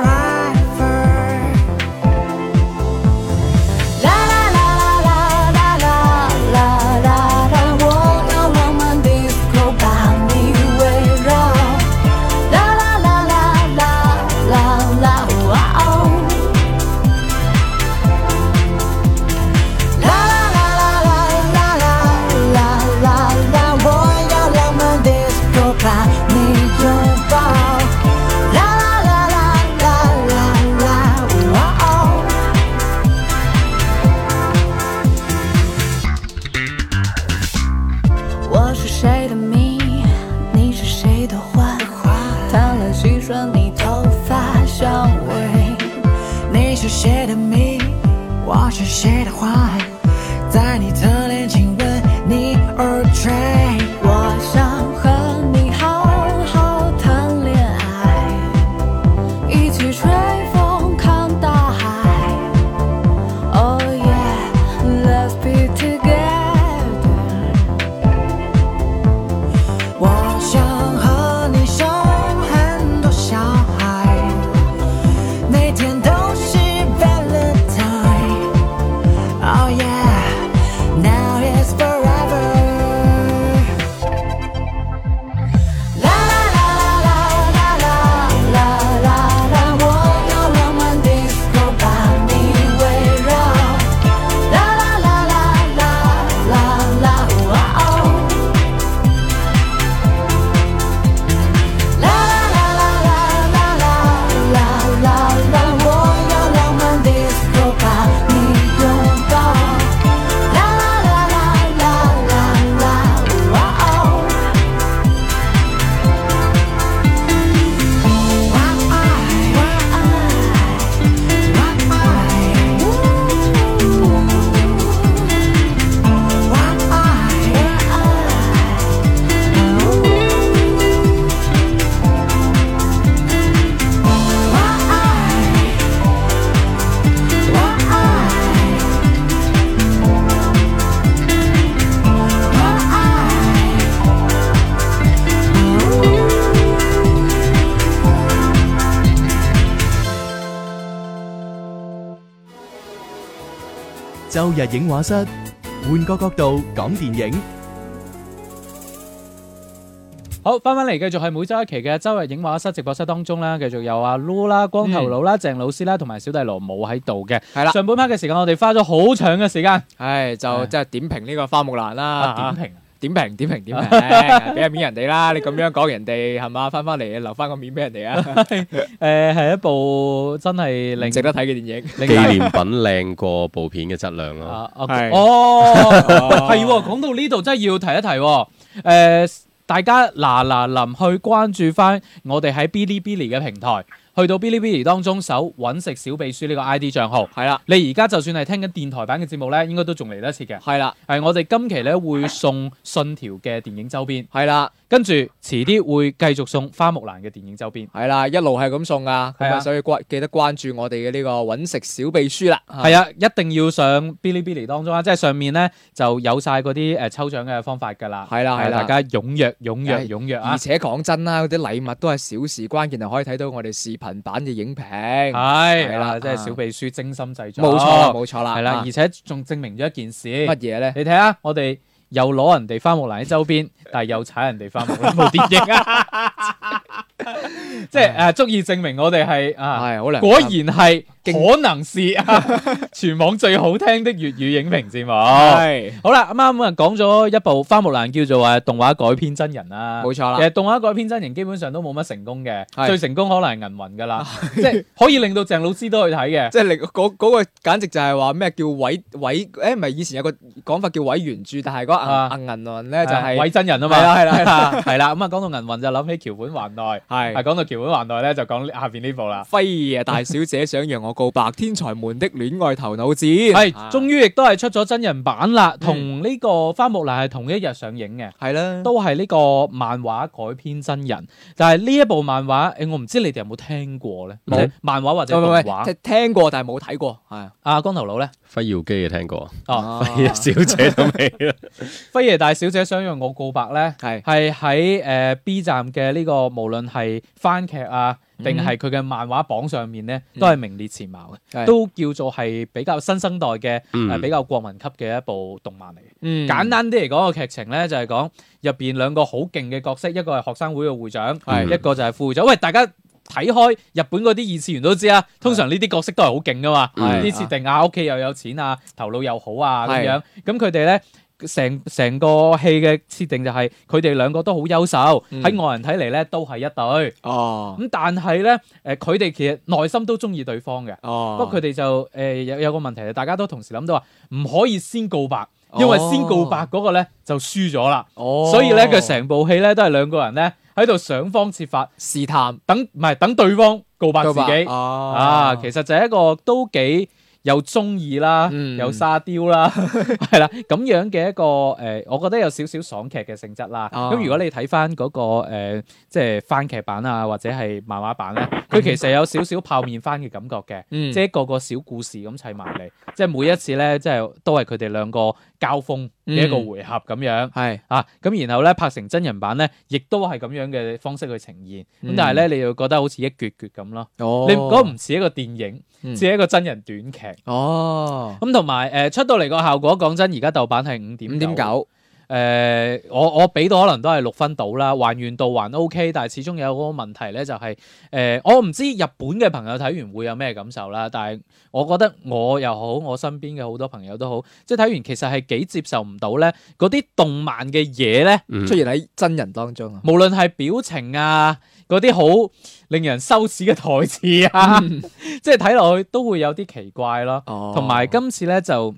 Speaker 2: La la la la la la la la la la la，我要浪漫 disco 把你围绕。La la la la la la la，哇哦。
Speaker 7: 啦啦啦啦啦啦啦啦啦！我要浪漫 disco 把你拥抱。啦啦啦啦啦啦啦！哇哦！
Speaker 2: 我是谁的谜，你是谁的幻，贪婪细说你头发香味。
Speaker 7: 你是谁的谜？我是谁的幻？在你侧脸亲吻你而醉。
Speaker 2: 我想和你好好谈恋爱，一起吹风看大海。Oh yeah，let's be together。
Speaker 7: 我想和你生很多小孩，每天都是 Valentine。Oh yeah, now it's forever.
Speaker 2: 啦啦啦啦啦啦啦啦啦，我要浪漫 disco 把你围绕。啦啦啦啦啦啦啦，哇哦！啦啦啦啦啦啦啦啦啦，我要浪漫 disco 把你拥抱。啦啦啦啦啦啦啦，哇哦！
Speaker 8: 周日影画室，換個角度講電影。
Speaker 3: 好，翻返嚟繼續係每周一期嘅周日影畫室直播室當中啦，繼續有阿 Lu 啦、光頭佬啦、鄭老師啦，同埋小弟羅冇喺度嘅。
Speaker 4: 係啦
Speaker 3: 上半 part 嘅時間我哋花咗好長嘅時間
Speaker 4: 唉，就
Speaker 3: 唉
Speaker 4: 即係點評呢個花木蘭啦，
Speaker 3: 啊點評啊，
Speaker 4: 點評點評 點評，俾下面人哋啦！你咁樣講人哋係嘛，翻翻嚟留翻個面俾 人哋啊！
Speaker 3: 诶，系一部真係令
Speaker 4: 唔值得睇嘅電影，
Speaker 3: 令
Speaker 6: 紀
Speaker 3: 大
Speaker 6: 念品靚過部片嘅質量咯。
Speaker 3: 啊啊
Speaker 4: 係
Speaker 3: 哦， 係喎，講到呢度真係要提一提喎，誒大家嗱嗱臨去關注翻我哋喺 Bilibili 嘅平台，去到 Bilibili 當中搜揾食小秘書呢個 ID 帳號。
Speaker 4: 係啦
Speaker 3: 你而家就算係聽緊電台版嘅節目咧，應該都仲嚟得切嘅。
Speaker 4: 係啦
Speaker 3: 係我哋今期咧會送信條嘅電影周邊，
Speaker 4: 係啦
Speaker 3: 跟住遲啲會繼續送花木蘭嘅電影周邊。
Speaker 4: 係啦，一路係咁送啊！咁
Speaker 3: 係
Speaker 4: 啊，
Speaker 3: 啊
Speaker 4: 所以關記得關注我哋嘅呢個揾食小秘書啦。
Speaker 3: 係啊，一定要上 Bilibili 當中啊，即係上面咧就有晒嗰啲誒抽獎嘅方法㗎啦。啊
Speaker 4: 係啦係啦
Speaker 3: 大家踴躍踴躍
Speaker 4: 係
Speaker 3: 踴躍啊
Speaker 4: 而！且講真啦，嗰啲禮物都係小事，關鍵係可以睇到我哋視頻版嘅影
Speaker 3: 係
Speaker 4: 評。係
Speaker 3: 係
Speaker 4: 啦
Speaker 3: 啦，即係
Speaker 4: 啊
Speaker 3: 小秘書精心製作，
Speaker 4: 冇錯啦，冇錯啦，
Speaker 3: 哦係啦
Speaker 4: 啊，
Speaker 3: 而且仲證明咗一件事，
Speaker 4: 乜嘢咧？
Speaker 3: 你睇下我哋又攞人哋花木蘭喺周 邊，但係又踩人哋花木蘭部電影啊， 即係誒足以證明我哋係啊。
Speaker 4: 係好啊良心
Speaker 3: 果然係
Speaker 4: 勁
Speaker 3: 可能是 啊全網最好聽的粵語影評節目。
Speaker 4: 啊係
Speaker 3: 好啦，啱啱啊講咗一部《花木蘭》叫做誒動畫改編真人啦，
Speaker 4: 冇錯啦
Speaker 3: 其實動畫改編真人基本上都冇乜成功嘅，
Speaker 4: 係
Speaker 3: 最成功可能係銀 魂噶啦，即係可以令到鄭老師都去睇 嘅。
Speaker 4: 即係你嗰嗰個簡直就係話咩叫毀毀？誒唔係以前有個講法叫毀原著，但係嗰
Speaker 3: 啊
Speaker 4: 個銀銀雲咧就係
Speaker 3: 偽真人啊嘛，
Speaker 4: 係啦係啦係
Speaker 3: 啦， 係啦。咁啊，講到銀魂就諗起橋本環奈，係
Speaker 4: 係
Speaker 3: 講到橋本環奈咧就講下邊呢 部啦。
Speaker 4: 輝夜大小姐想讓我告白，天才們的戀愛頭腦戰
Speaker 3: 係，
Speaker 4: 啊
Speaker 3: 終於亦都係出咗真人版啦，同呢個花木蘭係同一日上映嘅，
Speaker 4: 係啦，
Speaker 3: 都係呢個漫畫改編真人。但係呢一部漫畫，誒我唔知你哋有冇聽過咧？
Speaker 4: 冇
Speaker 3: 即係漫畫或者
Speaker 4: 唔
Speaker 3: 動
Speaker 4: 係唔係
Speaker 3: 畫。
Speaker 4: 聽聽過但係冇睇過，係
Speaker 3: 啊，光頭佬咧，
Speaker 6: 輝耀基嘅聽 過，
Speaker 3: 哦，
Speaker 6: 輝小姐都 未啦。
Speaker 3: 輝爺大小姐想讓我告白咧，
Speaker 4: 係
Speaker 3: 係喺誒 B 站嘅呢個無論係番劇啊，定係佢嘅漫畫榜上面咧，都係名列前茅嘅，
Speaker 4: 係
Speaker 3: 都叫做係比較新生代嘅、呃
Speaker 6: 嗯
Speaker 3: 誒比較國民級嘅一部動漫嚟嘅。
Speaker 4: 嗯
Speaker 3: 簡單啲嚟講，個劇情咧就係講入邊兩個好勁嘅角色，一個係學生會嘅會長，
Speaker 6: 係
Speaker 3: 一個就係副會長。喂，大家睇開日本嗰啲二次元都知啊，通常呢啲角色都係好勁噶嘛，
Speaker 6: 係
Speaker 3: 啲設定啊，屋企又有錢啊，頭腦又好啊咁
Speaker 4: 係
Speaker 3: 樣。咁佢哋咧。成成個戲嘅設定就係佢哋兩個都好優秀，
Speaker 4: 嗯
Speaker 3: 喺外人睇嚟咧都係一對。
Speaker 4: 哦
Speaker 3: 咁但係咧，誒佢哋其實內心都中意對方嘅。
Speaker 4: 哦，
Speaker 3: 不過佢哋就誒、呃有有個問題，就大家都同時諗到話唔可以先告白，因為先告白嗰個咧就輸咗啦。
Speaker 4: 哦
Speaker 3: 所以咧，佢成部戲咧都係兩個人咧喺度想方設法，
Speaker 4: 試探
Speaker 3: 等唔係等對方告白
Speaker 4: 告
Speaker 3: 自
Speaker 4: 白
Speaker 3: 己
Speaker 4: 哦
Speaker 3: 啊。其實就係一個都幾又中意啦，
Speaker 4: 嗯
Speaker 3: 又沙雕啦， 係啦咁樣嘅一個誒、呃我覺得有少少爽劇嘅性質啦。
Speaker 4: 哦
Speaker 3: 咁、如果你睇翻嗰個、呃、即係番劇版啊，或者係漫畫版咧，佢其實有少少泡面番嘅感覺嘅。
Speaker 4: 嗯
Speaker 3: 即係一個個小故事咁砌埋嚟，即係每一次咧，即係都係佢哋兩個交鋒嘅一個回合咁樣、
Speaker 4: 係
Speaker 3: 啊。咁然後咧拍成真人版咧，亦都係咁樣嘅方式去呈現。咁、
Speaker 4: 嗯
Speaker 3: 但係咧，你就覺得好似一撅撅咁咯。
Speaker 4: 哦
Speaker 3: 你唔覺得唔似一個電影，
Speaker 4: 嗯
Speaker 3: 似一個真人短劇。
Speaker 4: 哦
Speaker 3: 咁同埋誒出到嚟個效果，講真，而家豆瓣係五點
Speaker 4: 五點九
Speaker 3: 誒、呃我我俾到可能都係六分到啦，還原度還 OK，但係始終有嗰個問題咧，就係、誒、我唔知日本嘅朋友睇完會有咩感受啦，但係我覺得我又好，我身邊嘅好多朋友都好，即係睇完其實係幾接受唔到咧，嗰啲動漫嘅嘢咧，
Speaker 6: 嗯
Speaker 4: 出現喺真人當中啊，
Speaker 3: 無論係表情啊，嗰啲好令人羞恥嘅台詞啊， 即係睇落去都會有啲奇怪咯。
Speaker 4: 哦
Speaker 3: 同埋今次咧就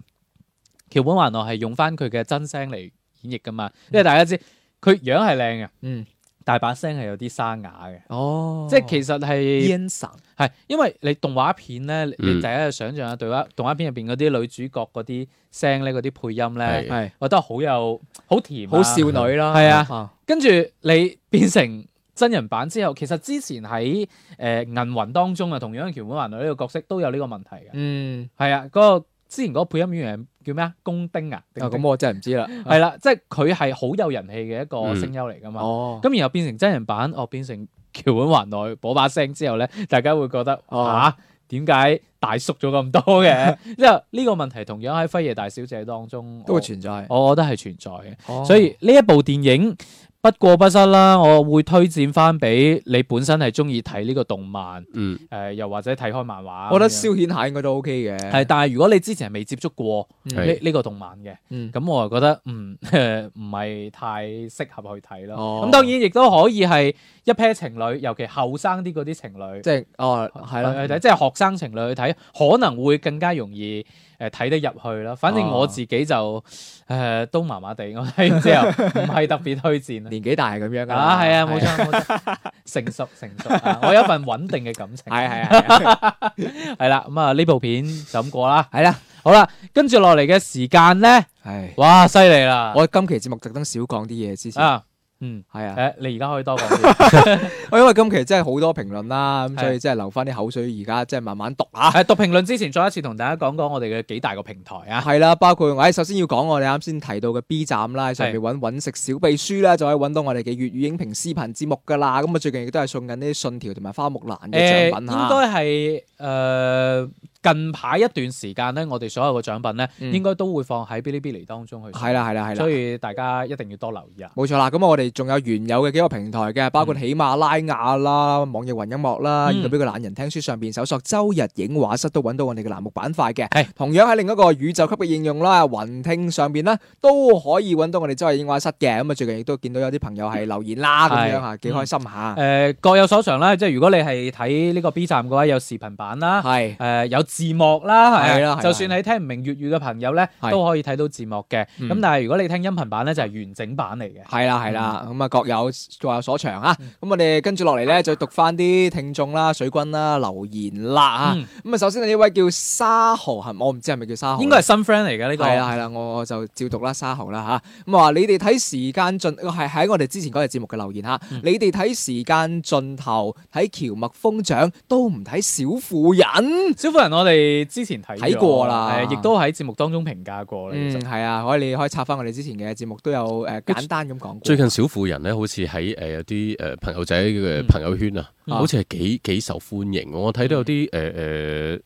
Speaker 3: 橋本環奈係用翻佢嘅真聲嚟演繹噶嘛，因為大家知佢樣係靚嘅，
Speaker 4: 嗯
Speaker 3: 但係把聲係有啲沙啞嘅，
Speaker 4: 哦，E
Speaker 3: 即係其實係
Speaker 4: 煙神
Speaker 3: 係因為你動畫片咧，你
Speaker 6: 嗯
Speaker 3: 你大家就想象下動畫啊動畫片入邊嗰啲女主角嗰啲聲咧，嗰啲配音咧，
Speaker 6: 係
Speaker 4: 係
Speaker 3: 我覺得好有好甜啊，
Speaker 4: 好少女啦，
Speaker 3: 係啊。跟住你變成真人版之後，其實之前喺誒、呃、銀魂當中啊，同樣嘅橋本環奈呢個角色都有呢個問題嘅。
Speaker 4: 嗯，
Speaker 3: 係啊，嗰、個之前嗰個配音演員叫咩啊？公丁啊，定
Speaker 4: 啊咁我真係唔知啦。
Speaker 3: 係啦，即係佢係好有人氣嘅一個聲優嚟噶嘛。
Speaker 4: 嗯哦，
Speaker 3: 咁然後變成真人版，哦變成橋本環奈嗰把聲之後咧，大家會覺得
Speaker 4: 哦
Speaker 3: 嚇點解大縮咗咁多嘅？ 因為呢個問題同樣喺《輝夜大小姐》當中
Speaker 4: 都
Speaker 3: 我
Speaker 4: 會存在。
Speaker 3: 我覺得係存在嘅。
Speaker 4: 哦
Speaker 3: 所以呢一部電影不過不失啦，我會推薦翻俾你本身係中意睇呢個動漫，誒、
Speaker 6: 嗯，
Speaker 3: 又或者睇開漫畫咁樣。
Speaker 4: 我覺得消遣下應該都 OK 嘅。
Speaker 3: 係，但係如果你之前係未接觸過呢
Speaker 6: 係
Speaker 3: 呢、個動漫嘅，
Speaker 4: 嗯，
Speaker 3: 咁我就覺得嗯 唔係太適合去睇咯。
Speaker 4: 哦
Speaker 3: 咁當然亦都可以係一 pair 情侶，尤其後生啲嗰啲情侶，
Speaker 4: 即係哦，係啦，
Speaker 3: 去睇，即係學生情侶去睇，可能會更加容易誒睇、得入去啦。反
Speaker 4: 啊
Speaker 3: 正我自己就誒、都麻麻地，我睇完之 後唔係特別推薦啦。
Speaker 4: 年紀大係咁樣㗎啦。
Speaker 3: 啊，係啊，冇錯冇錯， 成熟成熟啊！我有一份穩定嘅感情，
Speaker 4: 係。係係係
Speaker 3: 係啦，咁啊呢部片就咁過啦。
Speaker 4: 係啦，
Speaker 3: 好啦，跟住落嚟嘅時間咧，
Speaker 4: 係。
Speaker 3: 哇，犀利啦！
Speaker 4: 我今期節目特登少講啲嘢之前，
Speaker 3: 啊，嗯，
Speaker 4: 係啊，
Speaker 3: 誒，你而家可以多講 啲，
Speaker 4: 我因為今期真係好多評論啦，咁
Speaker 3: 係
Speaker 4: 所以真係留翻啲口水，而家真係慢慢讀啊。
Speaker 3: 誒，讀評論之前再一次同大家講講我哋嘅幾大個平台啊。
Speaker 4: 係啦，包括我哎喺首先要講我哋啱先提到嘅 B 站啦，喺上面揾揾食小秘書啦，就可以揾到我哋嘅粵語影評視頻節目噶啦。咁啊，最近亦都係送緊呢啲信條同埋花木蘭
Speaker 3: 誒，
Speaker 4: 嘅獎
Speaker 3: 應
Speaker 4: 品啊嚇。
Speaker 3: 該係誒近排一段時間咧，我哋所有嘅獎品咧，
Speaker 4: 嗯
Speaker 3: 應該都會放喺 Bilibili 當中去。
Speaker 4: 係，啦，係啦，係啦
Speaker 3: 所。以大家一定要多留意啊。
Speaker 4: 冇錯啦，咁我哋仲有原有嘅幾個平台嘅，包括喜馬拉雅啦、網易雲音樂啦，
Speaker 3: 嗯
Speaker 4: 以及呢個懶人聽書上邊搜索周日影畫室都揾到我哋嘅欄目板塊嘅
Speaker 3: 係。
Speaker 4: 同樣喺另一個宇宙級嘅應用啦，雲聽上邊啦，都可以揾到我哋周日影畫室嘅。咁啊，最近亦都見到有啲朋友係留言啦，咁
Speaker 3: 係嗯
Speaker 4: 樣嚇，啊幾開心嚇
Speaker 3: 誒、。各有所長啦，即係如果你係睇呢個 B 站嘅話，有視頻版啦。誒、
Speaker 4: 係
Speaker 3: 有字幕啦，係啊
Speaker 4: 係啦係啦
Speaker 3: 就算你聽唔明粵語嘅朋友咧，
Speaker 4: 係
Speaker 3: 都可以睇到字幕嘅。咁、
Speaker 4: 嗯
Speaker 3: 但係如果你聽音頻版咧，就係、完整版嚟嘅。
Speaker 4: 係啦係啦，咁啊各有各有所長啊。
Speaker 3: 嗯
Speaker 4: 咁我哋跟住落嚟
Speaker 3: 啊
Speaker 4: 咧，就讀翻啲聽眾啦、水軍啦留言啦啊。
Speaker 3: 嗯
Speaker 4: 咁啊，首先呢位叫沙豪，係我唔知係咪叫沙豪，啊
Speaker 3: 應該係新 friend 嚟嘅呢個。
Speaker 4: 係啊啦係啦，我就照讀啦沙豪啦啊吓，咁話你哋睇時間盡，係喺我哋之前嗰日節目嘅留言吓，
Speaker 3: 嗯
Speaker 4: 你哋睇時間盡頭，睇蕎麥瘋長都唔睇小婦人。
Speaker 3: 小婦人，我哋之前睇
Speaker 4: 睇過
Speaker 3: 過
Speaker 4: 啦
Speaker 3: 亦都喺節目當中評價過啦。其
Speaker 4: 嗯，
Speaker 3: 實
Speaker 4: 係啊，可以你可以插翻我哋之前嘅節目都有誒簡單咁講過。
Speaker 6: 最近小婦人咧，好似喺誒有啲誒朋友仔嘅朋友圈啊，
Speaker 3: 嗯
Speaker 6: 好似係幾幾受歡迎喎。我睇到有啲誒誒，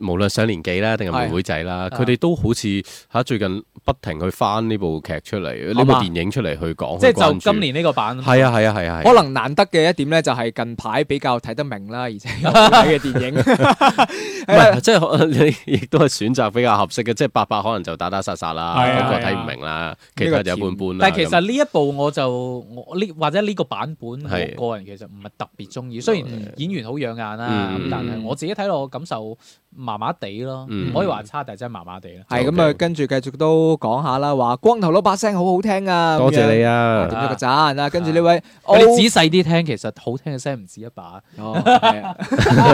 Speaker 6: 無論上年紀啦，定係妹妹仔啦，
Speaker 3: 係啊
Speaker 6: 佢哋都好似嚇最近不停去翻呢部劇出嚟，呢部
Speaker 4: 嘛
Speaker 6: 電影出嚟去講，
Speaker 3: 即
Speaker 6: 去關
Speaker 3: 係就
Speaker 6: 注
Speaker 3: 今年呢個版。
Speaker 6: 係啊係啊係啊係
Speaker 4: 可
Speaker 6: 啊。
Speaker 4: 能難得嘅一點咧，就係近排比較睇得明啦，而且有好睇嘅電影。
Speaker 6: 唔係，即係你亦都係選擇比較合適嘅，即係八百可能就打打殺殺啦，
Speaker 3: 係啊
Speaker 6: 不過
Speaker 3: 係
Speaker 6: 睇
Speaker 3: 啊
Speaker 6: 唔明啦，
Speaker 4: 呢
Speaker 6: 其
Speaker 4: 個
Speaker 6: 他就一般般啦。
Speaker 3: 但係其
Speaker 6: 咁啊
Speaker 3: 實呢一部我就我呢或者呢個版本，
Speaker 6: 係
Speaker 3: 我個人其實唔係特別中意。雖然演員好養眼啦，咁
Speaker 6: 嗯
Speaker 3: 但係我自己睇落感受麻麻地咯，
Speaker 6: 嗯
Speaker 3: 唔可以話差，但係真係麻麻地啦。
Speaker 4: 係咁
Speaker 6: OK
Speaker 4: 啊，跟住繼續都講下啦，話光頭佬把聲好好聽啊！
Speaker 6: 多謝你
Speaker 4: 啊！
Speaker 6: 啊！
Speaker 4: 點咗個讚啊！跟住呢位，
Speaker 3: 你仔細啲聽，其實好聽嘅聲唔止一把。
Speaker 4: 哦，係啊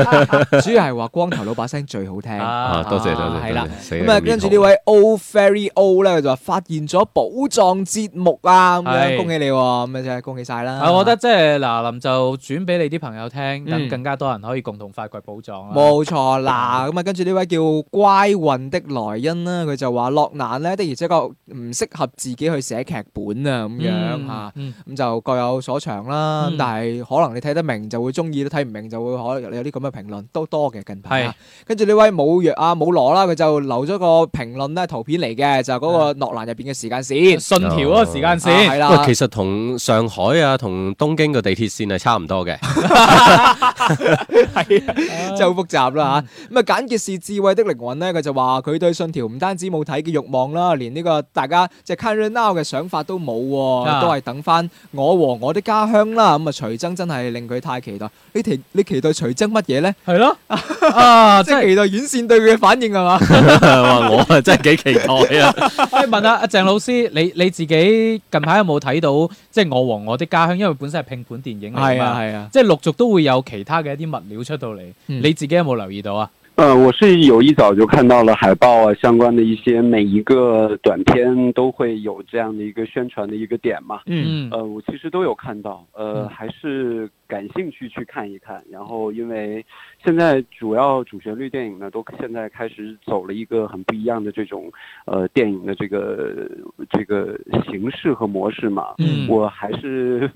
Speaker 4: 主要係話光頭佬把聲最好聽。
Speaker 6: 啊，
Speaker 3: 啊
Speaker 6: 多謝多謝，
Speaker 4: 係啦
Speaker 6: 多謝死
Speaker 4: 咁啊，跟住呢位 O Fairy O 咧，佢就話發現咗寶藏節目啊！咁樣
Speaker 3: 係
Speaker 4: 恭喜你喎，咁啊真係恭喜晒啦！
Speaker 3: 啊，我覺得即係嗱，林就轉俾你啲朋友聽，
Speaker 4: 嗯
Speaker 3: 等更加多人可以共同發掘寶藏啊啦。
Speaker 4: 冇錯啦，咁啊跟住呢位叫乖運的萊恩啦，佢就話落難咧的而且確唔適合自己去寫劇本啊咁樣嚇，
Speaker 3: 嗯，
Speaker 4: 咁就各有所長啦。咁
Speaker 3: 嗯
Speaker 4: 但係可能你睇得明就會中意，睇唔明就會可能有啲咁嘅評論都多嘅近排啊。跟住呢位冇藥啊冇羅啦，佢就留咗個評論咧圖片嚟嘅，就係嗰個諾蘭入邊嘅時間
Speaker 3: 嗯
Speaker 4: 線
Speaker 3: 信條嗰個時間線
Speaker 4: 啊係。
Speaker 6: 喂，
Speaker 4: 啦
Speaker 6: 其。實同上海啊，同東京嘅地鐵線係差唔多嘅，
Speaker 4: 真係好複雜啦嚇。咁啊，簡潔是智慧的靈魂咧，佢就話佢對信條唔單止冇睇嘅慾望啦，連呢個大家即係 c a r now 嘅想法都冇喎，
Speaker 3: 啊
Speaker 4: 都係等翻我和我的家鄉啦。咁啊，徐崢真係令佢太期待。你期你期待徐崢乜嘢咧？
Speaker 3: 係咯， 啊，
Speaker 4: 即
Speaker 3: 真係
Speaker 4: 係期待院線對佢嘅反應係嘛？
Speaker 6: 哇！我啊真係幾期待啊！
Speaker 3: 可以問下阿鄭老師，你你自己近排有冇睇到即係《我和我的家鄉》？因為本身係拼盤電影嚟㗎嘛，
Speaker 4: 係啊，
Speaker 3: 即係陸續都會有其他嘅一啲物料出到嚟，
Speaker 4: 嗯
Speaker 3: 你自己有冇留意到啊？
Speaker 5: 呃，我是有一早就看到了海报啊，相关的一些每一个短片都会有这样的一个宣传的一个点嘛。
Speaker 4: 嗯
Speaker 3: 嗯，
Speaker 5: 呃，我其实都有看到，呃，
Speaker 4: 嗯
Speaker 5: 还是感兴趣去看一看。然后，因为现在主要主旋律电影呢，都现在开始走了一个很不一样的这种呃电影的这个这个形式和模式嘛。
Speaker 3: 嗯
Speaker 5: 我还是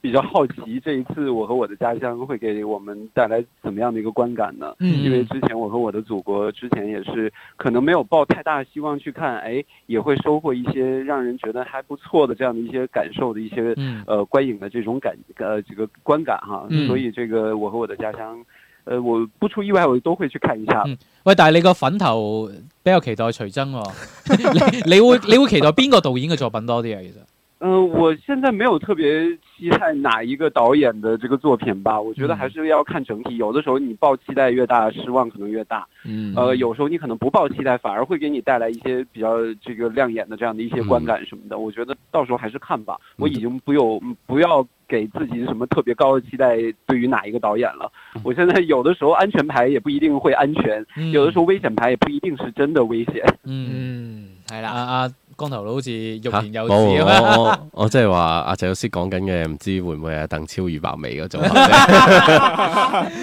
Speaker 5: 比较好奇这一次我和我的家乡会给我们带来怎么样的一个观感呢？
Speaker 4: 嗯
Speaker 5: 因为之前我和我的祖国之前也是可能没有抱太大希望去看，哎，也会收获一些让人觉得还不错的这样的一些感受的一些
Speaker 3: 嗯
Speaker 5: 呃观影的这种感呃这个观感哈
Speaker 3: 嗯，
Speaker 5: 所以这个我和我的家乡，呃，我不出意外我都会去看一下
Speaker 3: 嗯。喂，但係你個粉頭比較期待徐峥喎、 你你會你會期待邊個導演嘅作品多啲啊？其實
Speaker 5: 嗯、我现在没有特别期待哪一个导演的这个作品吧，我觉得还
Speaker 3: 嗯
Speaker 5: 是要看整体。有的时候你抱期待越大，失望可能越大。
Speaker 4: 嗯
Speaker 5: 呃，有时候你可能不抱期待，反而会给你带来一些比较这个亮眼的这样的一些观感什么的。我觉得到时候还是看吧，我已经不有不要给自己什么特别高的期待对于哪一个导演了。 我现在有的时候安全牌也不一定会安全，
Speaker 3: 嗯
Speaker 5: 有的时候危险牌也不一定是真的危险。
Speaker 3: 嗯，
Speaker 4: 嗯，系
Speaker 3: 阿
Speaker 4: 啦，
Speaker 3: 阿光頭佬好似欲
Speaker 6: 嚇
Speaker 3: 言又
Speaker 6: 冇
Speaker 3: 止咁
Speaker 4: 啊
Speaker 3: 樣。
Speaker 6: 我我我即係話阿謝老師講緊嘅，唔知會唔會係鄧超與白眉嗰種？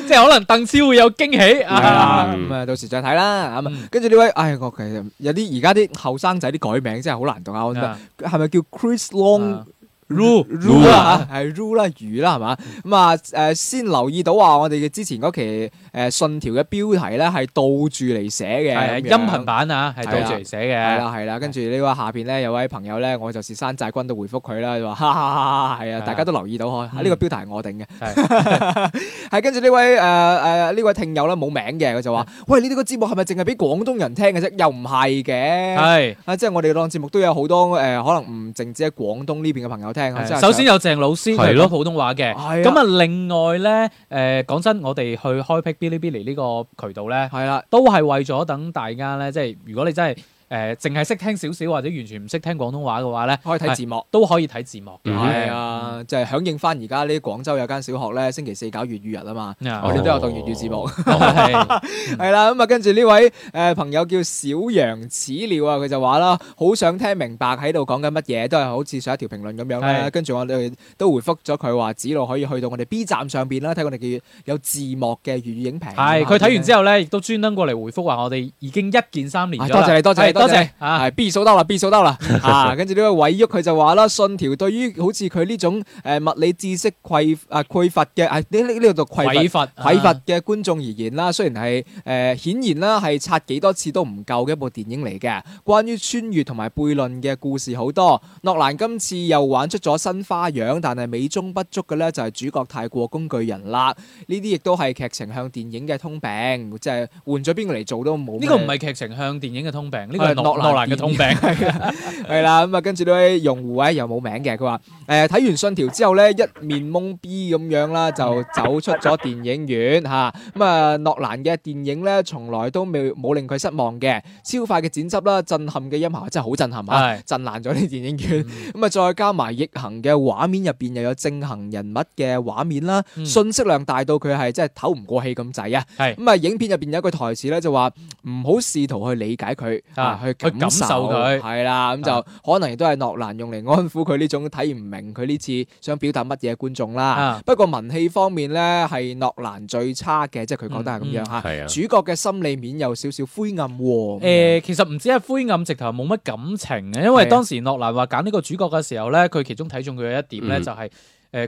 Speaker 3: 即係可能鄧超會有驚喜
Speaker 4: 系
Speaker 3: 啊！
Speaker 4: 啦，
Speaker 6: 嗯
Speaker 4: 咁啊，到時再睇啦，咁
Speaker 3: 嗯
Speaker 4: 啊，跟住呢位，唉，我其實有啲而家啲後生仔啲改名真係好難讀啊，我
Speaker 3: 啊
Speaker 4: 係咪叫 Chris Long？
Speaker 3: Ru 啊
Speaker 4: Ru 啦嚇，係 Ru 啦，魚啦係嘛？咁啊誒，先留意到話我哋嘅之前嗰期誒信條嘅標題咧係倒住嚟寫嘅，
Speaker 3: 係
Speaker 4: 咁
Speaker 3: 音
Speaker 4: 樣
Speaker 3: 頻版啊，係
Speaker 4: 係
Speaker 3: 杜
Speaker 4: 啊
Speaker 3: 嚟寫
Speaker 4: 係
Speaker 3: 嘅。
Speaker 4: 啦係啦，跟住呢個下邊咧有位朋友咧，我就是山寨君都回覆佢啦，就話哈哈哈哈，係啊，
Speaker 3: 係啊
Speaker 4: 大家都留意到呵，
Speaker 3: 嗯
Speaker 4: 呢個標題係我定嘅，
Speaker 3: 係
Speaker 4: 係跟住呢位誒誒呢位聽友咧冇名嘅，佢就話：喂，呢啲個節目係咪淨係俾廣東人聽嘅啫？又唔係嘅。
Speaker 3: 係
Speaker 4: 啊，即係我哋檔節目都有好多誒、呃可能唔淨止喺廣東呢邊嘅朋友聽。啊即係
Speaker 3: 首先有鄭老師佢
Speaker 6: 係
Speaker 3: 係
Speaker 6: 咯
Speaker 3: 講普通話嘅，
Speaker 4: 係啊
Speaker 3: 咁啊另外咧，誒講真，我哋去開闢 Bilibili 呢個渠道咧，
Speaker 4: 係啦，
Speaker 3: 都係為咗等大家咧，即係如果你真係誒淨係識聽少少或者完全唔識聽廣東話嘅話咧，
Speaker 4: 可以睇字幕。
Speaker 3: 都可以睇字幕嘅。
Speaker 6: 嗯
Speaker 4: 係啊，就係響應翻而家呢廣州有間小學咧，星期四搞粵語日啊哦嘛，
Speaker 3: 啊
Speaker 4: 我哋都有當粵語節
Speaker 3: 哦
Speaker 4: 目。
Speaker 3: 係
Speaker 4: 係啦，咁啊，跟住呢位誒朋友叫小羊始料啊，佢就話啦，好想聽明白喺度講緊乜嘢，都係好似上一條評論咁樣啦。
Speaker 3: 係
Speaker 4: 跟住我哋都回覆咗佢話，指路可以去到我哋 B 站上邊啦，睇我哋嘅有字幕嘅粵語影評。啊
Speaker 3: 係，佢睇完之後咧，亦都專登過嚟回覆話我哋已經一鍵三連
Speaker 4: 啊
Speaker 3: 咗
Speaker 4: 多謝你，多謝你，
Speaker 3: 係多
Speaker 4: 多謝
Speaker 3: 謝
Speaker 4: 你
Speaker 3: 啊！
Speaker 4: 係 B 數到啦，B 數 到啦啊！跟住呢位偉旭佢就話啦，信條對於好似佢呢種誒物理知識匱啊匱乏嘅啊呢呢呢度匱乏啊
Speaker 3: 鬼佛
Speaker 4: 匱乏嘅觀眾而言啦，雖然係誒、呃、顯然啦係刷幾多次都唔夠嘅一部電影嚟嘅。關於穿越同埋悖論嘅故事好多，諾蘭今次又玩出咗新花樣，但係美中不足嘅咧就係主角太過工具人啦。呢啲亦都係劇情向電影嘅通病，即係換咗邊個嚟做都冇
Speaker 3: 呢
Speaker 4: 咩。
Speaker 3: 個唔係劇情向電影嘅通病，呢個係
Speaker 4: 係
Speaker 3: 諾諾
Speaker 4: 諾蘭
Speaker 3: 蘭嘅
Speaker 4: 電
Speaker 3: 通病。
Speaker 4: 係啦，咁啊，跟住呢位用户咧又冇名嘅，佢話誒睇完信條之後咧，一面懵逼咁樣啦，就走出咗電影院嚇。咁啊，諾蘭嘅電影咧，從來都未冇令佢失望嘅，超快嘅剪輯啦，震撼嘅音效真係好震撼
Speaker 3: 係
Speaker 4: 嚇，震爛咗呢電影院。咁啊，再加埋逆行嘅畫面入邊又有正行人物嘅畫面啦，
Speaker 3: 嗯
Speaker 4: 信息量大到佢係真係唞唔過氣咁滯啊！
Speaker 3: 係
Speaker 4: 咁啊，影片入邊有一句台詞咧，就話唔好試圖去理解佢
Speaker 3: 啊
Speaker 4: 啊，去
Speaker 3: 去感受佢
Speaker 4: 係啦，咁
Speaker 3: 啊
Speaker 4: 就可能亦都係諾蘭用嚟安撫佢呢種睇唔明佢呢次想表達乜嘢嘅觀眾
Speaker 3: 啊
Speaker 4: 啦。不過文戲方面咧係諾蘭最差嘅，即係佢覺得係咁樣嚇。
Speaker 6: 係啊，
Speaker 4: 主角嘅心理面有少少灰暗喎。
Speaker 3: 嗯誒、其實唔止係灰暗，直頭冇乜感情嘅，因為
Speaker 4: 係啊
Speaker 3: 當時諾蘭話揀呢個主角嘅時候咧，佢其中睇中佢嘅一點咧、
Speaker 6: 嗯
Speaker 3: 就係、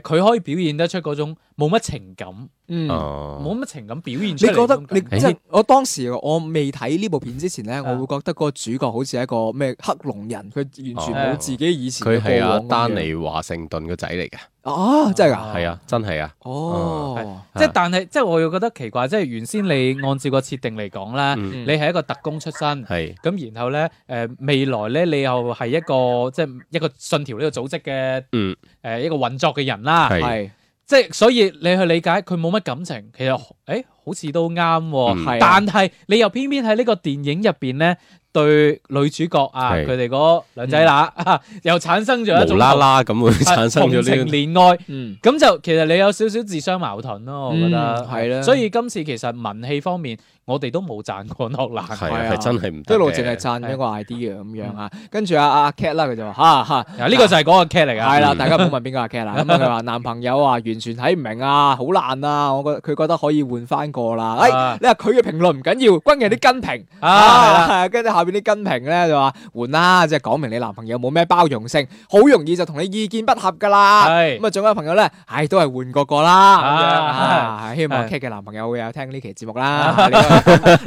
Speaker 3: 誒，佢可以表現得出嗰種冇乜情感，
Speaker 4: 嗯。
Speaker 6: 哦，
Speaker 3: 冇乜情感表現
Speaker 4: 你
Speaker 3: 出嚟
Speaker 4: 覺
Speaker 3: 嗰
Speaker 4: 得
Speaker 3: 種感覺。
Speaker 4: 你
Speaker 6: 覺
Speaker 4: 即係我當時我未睇呢部片之前咧，
Speaker 3: 啊
Speaker 4: 我會覺得個主角好似係一個咩黑龍人，佢完全
Speaker 3: 哦
Speaker 4: 冇自己以前
Speaker 6: 佢
Speaker 4: 嘅
Speaker 6: 係
Speaker 4: 過
Speaker 6: 阿
Speaker 4: 往咁樣
Speaker 6: 丹尼華盛頓個仔嚟嘅，
Speaker 4: 啊，真係㗎，
Speaker 6: 係啊，真係啊，
Speaker 4: 哦，
Speaker 3: 即係但係即係我又覺得奇怪，即係原先你按照個設定嚟講啦，
Speaker 6: 嗯
Speaker 3: 你係一個特工出身。
Speaker 6: 係
Speaker 3: 咁然後咧，誒、未來咧，你又係一個即係一個信條呢個組織嘅誒、
Speaker 6: 嗯
Speaker 3: 一個運作嘅人啦，
Speaker 6: 係嗯
Speaker 4: 係
Speaker 3: 即係所以你去理解佢冇乜感情，其實誒、欸好似都啱喎、
Speaker 6: 嗯
Speaker 4: 係啊
Speaker 3: 但係你又偏偏喺呢個電影入邊咧，對女主角啊，
Speaker 6: 係
Speaker 3: 佢哋嗰兩仔乸、 又產生咗一
Speaker 6: 無
Speaker 3: 種
Speaker 6: 啦啦咁會 產生
Speaker 3: 同情
Speaker 6: 咗呢
Speaker 3: 戀愛。
Speaker 4: 嗯
Speaker 3: 咁就其實你有少少自相矛盾咯，我覺得
Speaker 4: 嗯係啦
Speaker 3: 所以今次其實文戲方面，我哋都冇讚過諾蘭。
Speaker 6: 係
Speaker 4: 係
Speaker 6: 啊
Speaker 4: 啊
Speaker 6: 係真係唔
Speaker 4: 一
Speaker 6: 得
Speaker 4: 路
Speaker 6: 嘅嗯
Speaker 4: 淨係讚一個 idea 咁樣啊，跟住阿阿 Cat 啦，佢就話嚇嚇，
Speaker 3: 嗱，啊呢個就係嗰個 cat 嚟㗎。
Speaker 4: 係啦，大家唔好問邊個阿 Cat 啦。咁佢話男朋友啊，完全睇唔明啊，好爛啊，我覺得佢覺得可以換翻個啦。誒
Speaker 3: 啊，
Speaker 4: 你話佢嘅評論唔緊要，關鍵係啲跟評
Speaker 3: 啊，係啦
Speaker 4: 啊，跟住下邊啲跟評咧就話換啦，即係講明你男朋友冇咩包容性，好容易就同你意見不合㗎啦。
Speaker 3: 係
Speaker 4: 咁啊，仲有朋友咧，唉，都係換個個啦。咁樣
Speaker 3: 啊
Speaker 4: 啊希望
Speaker 3: 係
Speaker 4: K 嘅男朋友會有聽呢期節目啦，你都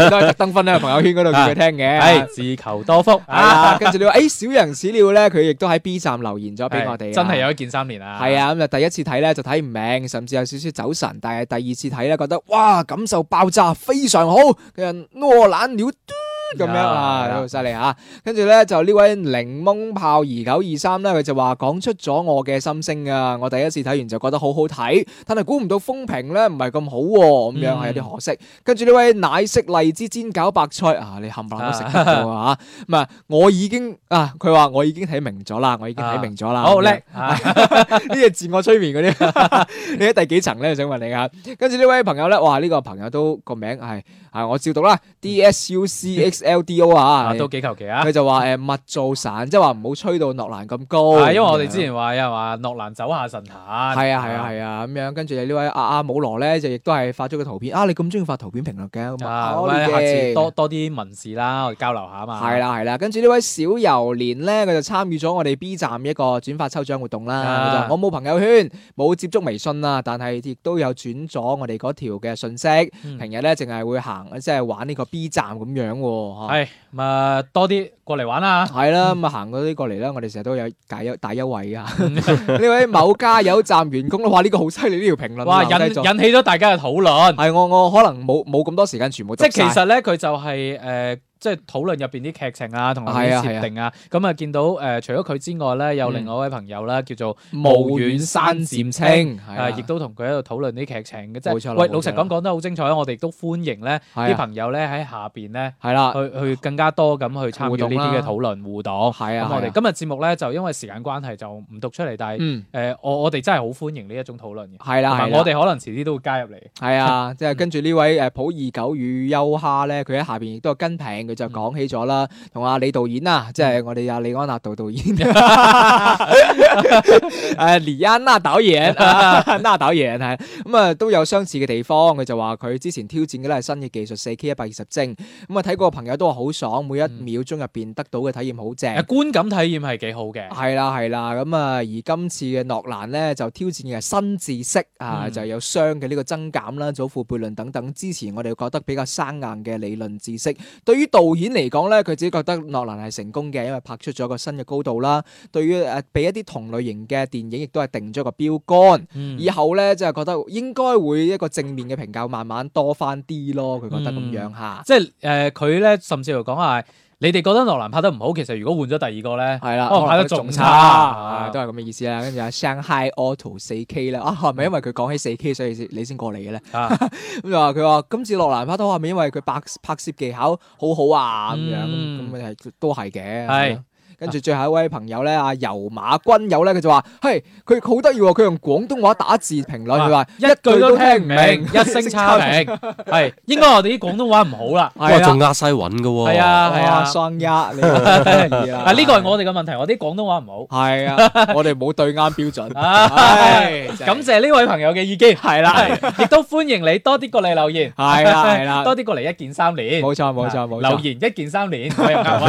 Speaker 4: 你都係 特登分喺個朋友圈嗰度叫佢聽嘅。
Speaker 3: 係自求多福啊
Speaker 4: 係啦，跟住你話，誒小人史料咧，佢亦都喺 B 站留言咗俾我哋啊，
Speaker 3: 真係有一件三年啊！
Speaker 4: 係啊，咁就第一次睇咧就睇唔明，甚至有少少走神，但係第二次睇咧覺得哇感受爆炸，非常好，佢諾蘭了嘟咁樣
Speaker 3: 啊
Speaker 4: 啊，好犀利啊！跟住咧就呢位檸檬炮二九二三咧，佢就話講出咗我嘅心聲啊！我第一次睇完就覺得好好睇，但係估唔到風評咧唔係咁好喎，咁樣係有啲可惜。跟住呢位奶色荔枝煎餃白菜啊，你冚唪唥都食得到啊！咁啊，我已經啊，佢話我已經睇明咗啦，我已經睇明咗啦，
Speaker 3: 好
Speaker 4: 咁樣
Speaker 3: 叻啊！
Speaker 4: 呢啲係自我催眠嗰啲， 你喺第幾層咧？我想問你啊。跟住呢位朋友咧，哇！呢、個朋友都個名係啊，我照讀啦，D S U C X L D O 啊
Speaker 3: 啊，，都幾求其啊！
Speaker 4: 佢就話誒勿造散，即係話唔好吹到諾蘭咁高。
Speaker 3: 啊係因為我哋之
Speaker 4: 咁樣
Speaker 3: 前話有人話諾蘭走下神壇，
Speaker 4: 係
Speaker 3: 係
Speaker 4: 啊係啊係啊咁樣，跟住呢位阿阿姆羅咧就亦都係發咗個圖片啊！你咁中意發圖片評論嘅咁
Speaker 3: 啊，
Speaker 4: 啊，
Speaker 3: 咁
Speaker 4: 我
Speaker 3: 啊
Speaker 4: 哋
Speaker 3: 下次
Speaker 4: 嘅
Speaker 3: 多多啲文字啦，我哋交流下嘛。
Speaker 4: 係啦係啦，跟住呢位小油蓮咧，佢就參與咗我哋 B 站一個轉發抽獎活動啦。
Speaker 3: 啊
Speaker 4: 佢就我冇朋友圈，冇接觸微信啦，但係亦都有轉咗我哋嗰條嘅信息。
Speaker 3: 嗯，
Speaker 4: 平日咧淨係會行，即係玩呢個 B 站咁樣喎。嚇
Speaker 3: 係咁啊，多啲過嚟玩啦。
Speaker 4: 係啦，咁啊行嗰啲過嚟啦，我哋成日都有大優大優惠
Speaker 3: 嗯
Speaker 4: 噶。 呢位某加油站員工咧，哇呢個好犀利呢條評論，啊
Speaker 3: 哇，引
Speaker 4: 留低咗
Speaker 3: 引起咗大家嘅討論。
Speaker 4: 係我我可能冇冇咁多時間全部
Speaker 3: 即
Speaker 4: 讀
Speaker 3: 係其
Speaker 4: 晒
Speaker 3: 實咧，佢就係、呃即係討論入邊啲劇情啊，同埋
Speaker 4: 係
Speaker 3: 啲
Speaker 4: 啊係
Speaker 3: 設
Speaker 4: 啊
Speaker 3: 定啊。咁啊，見到誒、呃除咗佢之外咧，有
Speaker 4: 嗯
Speaker 3: 另外一位朋友啦，叫做
Speaker 4: 無遠山漸
Speaker 3: 係
Speaker 4: 清，係
Speaker 3: 啊，
Speaker 4: 啊
Speaker 3: 亦都同佢喺度討論啲劇情嘅。即
Speaker 4: 冇錯
Speaker 3: 係
Speaker 4: 啦
Speaker 3: 喂，
Speaker 4: 冇錯
Speaker 3: 老實講講得好精彩，我哋亦都歡迎咧
Speaker 4: 係
Speaker 3: 啲
Speaker 4: 啊
Speaker 3: 朋友咧喺下邊咧。
Speaker 4: 係啦，
Speaker 3: 去去更加多咁去參
Speaker 4: 互
Speaker 3: 與
Speaker 4: 動
Speaker 3: 呢啲嘅
Speaker 4: 啦
Speaker 3: 討論互動，
Speaker 4: 係啊
Speaker 3: 咁我
Speaker 4: 係
Speaker 3: 哋
Speaker 4: 啊
Speaker 3: 今日節目咧就因為時間關係就唔讀出嚟，但係誒、
Speaker 4: 嗯
Speaker 3: 呃我我哋真係好歡迎呢一種討論嘅，
Speaker 4: 係啦
Speaker 3: 同
Speaker 4: 係
Speaker 3: 埋
Speaker 4: 啦
Speaker 3: 我。哋可能遲啲都會加入嚟。
Speaker 4: 係啊， 即係跟住呢位誒普二九與優蝦咧，佢喺下邊亦都有跟評，佢就
Speaker 3: 嗯
Speaker 4: 講起咗啦，同阿李導演啊，即係我哋阿李安納度導演， 誒李安納導演，啊 納導演係咁啊，都有相似嘅地方。佢就話佢之前挑戰嘅咧係新嘅技術四 K 一百二十幀，咁啊睇過嘅朋友都話好
Speaker 3: 嗯
Speaker 4: 爽，每一秒鐘入邊得到嘅體驗好正
Speaker 3: 誒、。觀感體驗係幾好嘅，
Speaker 4: 係啦係啦，咁啊而今次嘅諾蘭咧就挑戰嘅係新知識啊，
Speaker 3: 嗯
Speaker 4: 就有商嘅呢個增減啦、祖父悖論等等，之前我哋覺得比較生硬嘅理論知識，對於導演嚟講咧，佢自己覺得諾蘭係成功嘅，因為拍出咗個新嘅高度啦。對於誒俾一啲同類型嘅電影，亦都係定咗個標杆。
Speaker 3: 嗯
Speaker 4: 以後咧就係覺得應該會一個正面嘅評價慢慢多翻啲咯，佢覺得咁
Speaker 3: 嗯
Speaker 4: 樣嚇。
Speaker 3: 即係誒佢咧，甚至乎講係你哋覺得諾蘭拍得唔好，其實如果換咗第二個咧，
Speaker 4: 係啦，
Speaker 3: 可能哦拍得仲差
Speaker 4: 啊
Speaker 3: 啊
Speaker 4: 都係咁嘅意思啦。跟住啊，Shanghai Auto 四 K 啦，啊係咪因為佢講起四 K 所以你先過嚟嘅咧？
Speaker 3: 啊
Speaker 4: 咁就話佢話今次諾蘭拍拖係咪因為佢拍拍攝技巧好好啊咁樣？咁
Speaker 3: 嗯
Speaker 4: 咁係都係嘅。
Speaker 3: 係
Speaker 4: 跟住最後一位朋友咧，阿油馬軍友咧，佢就話：，嘿，佢好得意喎，佢用廣東話打字評論，佢話
Speaker 3: 一句都聽唔明，
Speaker 4: 一
Speaker 3: 一聲差評， 係應該我哋啲廣東話唔好啦，
Speaker 6: 哇，
Speaker 4: 係啦
Speaker 6: 仲呃西韻嘅
Speaker 4: 哦
Speaker 6: 喎。
Speaker 3: 係啊係
Speaker 4: 哇，
Speaker 3: 啊，
Speaker 4: 雙一，你得意啦
Speaker 3: 啊呢個係我哋嘅問題，我啲廣東話 唔
Speaker 4: 係啊，我哋冇對啱標準。
Speaker 3: 好， 啊
Speaker 4: 唉真係
Speaker 3: 感謝呢位朋友嘅意見，係啦，亦都歡迎你多啲過嚟留言，
Speaker 4: 係啦係啦
Speaker 3: 多啲過嚟一鍵三連，
Speaker 4: 冇錯冇錯冇錯
Speaker 3: 啊留言一鍵三連， 我又啱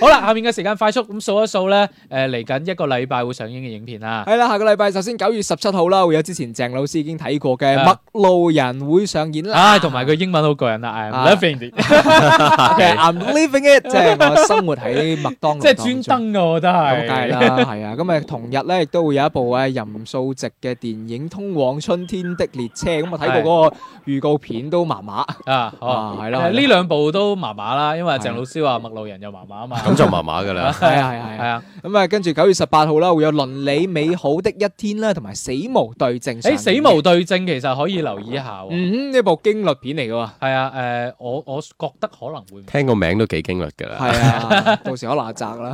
Speaker 3: 我 好啦，下面嘅時間快速咁數一數咧，誒嚟緊一個禮拜會上映嘅影片啊。
Speaker 4: 系啦，下個禮拜首先九月十七號啦，會有之前鄭老師已經睇過嘅《
Speaker 3: 啊
Speaker 4: 麥路人》會上演啦。
Speaker 3: 啊，同埋佢英文好過癮啊
Speaker 4: 啊
Speaker 3: ，I'm loving it，
Speaker 4: 嘅 I'm living it，即係我生活喺麥當勞。
Speaker 3: 即係專。登嘅，我覺得
Speaker 4: 咁梗係
Speaker 3: 係。
Speaker 4: 啦，係啊，咁啊同日咧亦都會有一部啊任素汐嘅電影《通往春天的列車》，咁我睇過嗰個預告片都麻麻，
Speaker 3: 啊，好
Speaker 4: 啊係啦
Speaker 3: 誒
Speaker 4: 係啦
Speaker 3: 呢兩部都麻麻啦，因為
Speaker 4: 係
Speaker 3: 鄭老師話麥路人又麻麻啊嘛。
Speaker 6: 咁就麻麻話㗎啦。
Speaker 4: 係啊係啊係
Speaker 3: 係
Speaker 4: 啊。
Speaker 3: 啊，
Speaker 4: 咁啊，跟住九月十八號啦，會有倫理美好的一天啦，同埋死無對證。
Speaker 3: 誒死無對證其實可以留意一下喎。
Speaker 4: 嗯哼，呢部驚慄片嚟嘅喎。
Speaker 3: 係啊，誒我我覺得可能會
Speaker 6: 聽個名都幾驚慄㗎啦。
Speaker 4: 係啊，到時可能阿澤啦。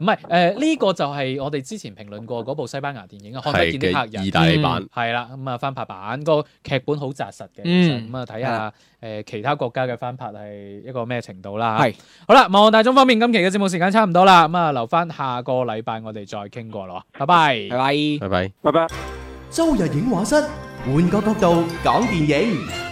Speaker 3: 唔係誒呢個就係我哋之前評論過嗰部西班牙電影啊，看不
Speaker 6: 係
Speaker 3: 見的客
Speaker 6: 嘅意
Speaker 3: 人。
Speaker 6: 大利版
Speaker 4: 嗯，
Speaker 3: 係啦，咁啊翻拍版個劇本好扎實嘅，其實
Speaker 4: 嗯
Speaker 3: 咁啊睇下誒其他國家嘅翻拍係一個咩程度啦。
Speaker 4: 係
Speaker 3: 好啦，望望大眾方面，今期嘅節目時間差唔多啦，咁啊留翻下個禮拜我哋再傾過咯，拜拜
Speaker 4: 拜。拜。
Speaker 6: 拜拜。
Speaker 5: 拜拜。
Speaker 8: 周日影畫室，換個角度講電影。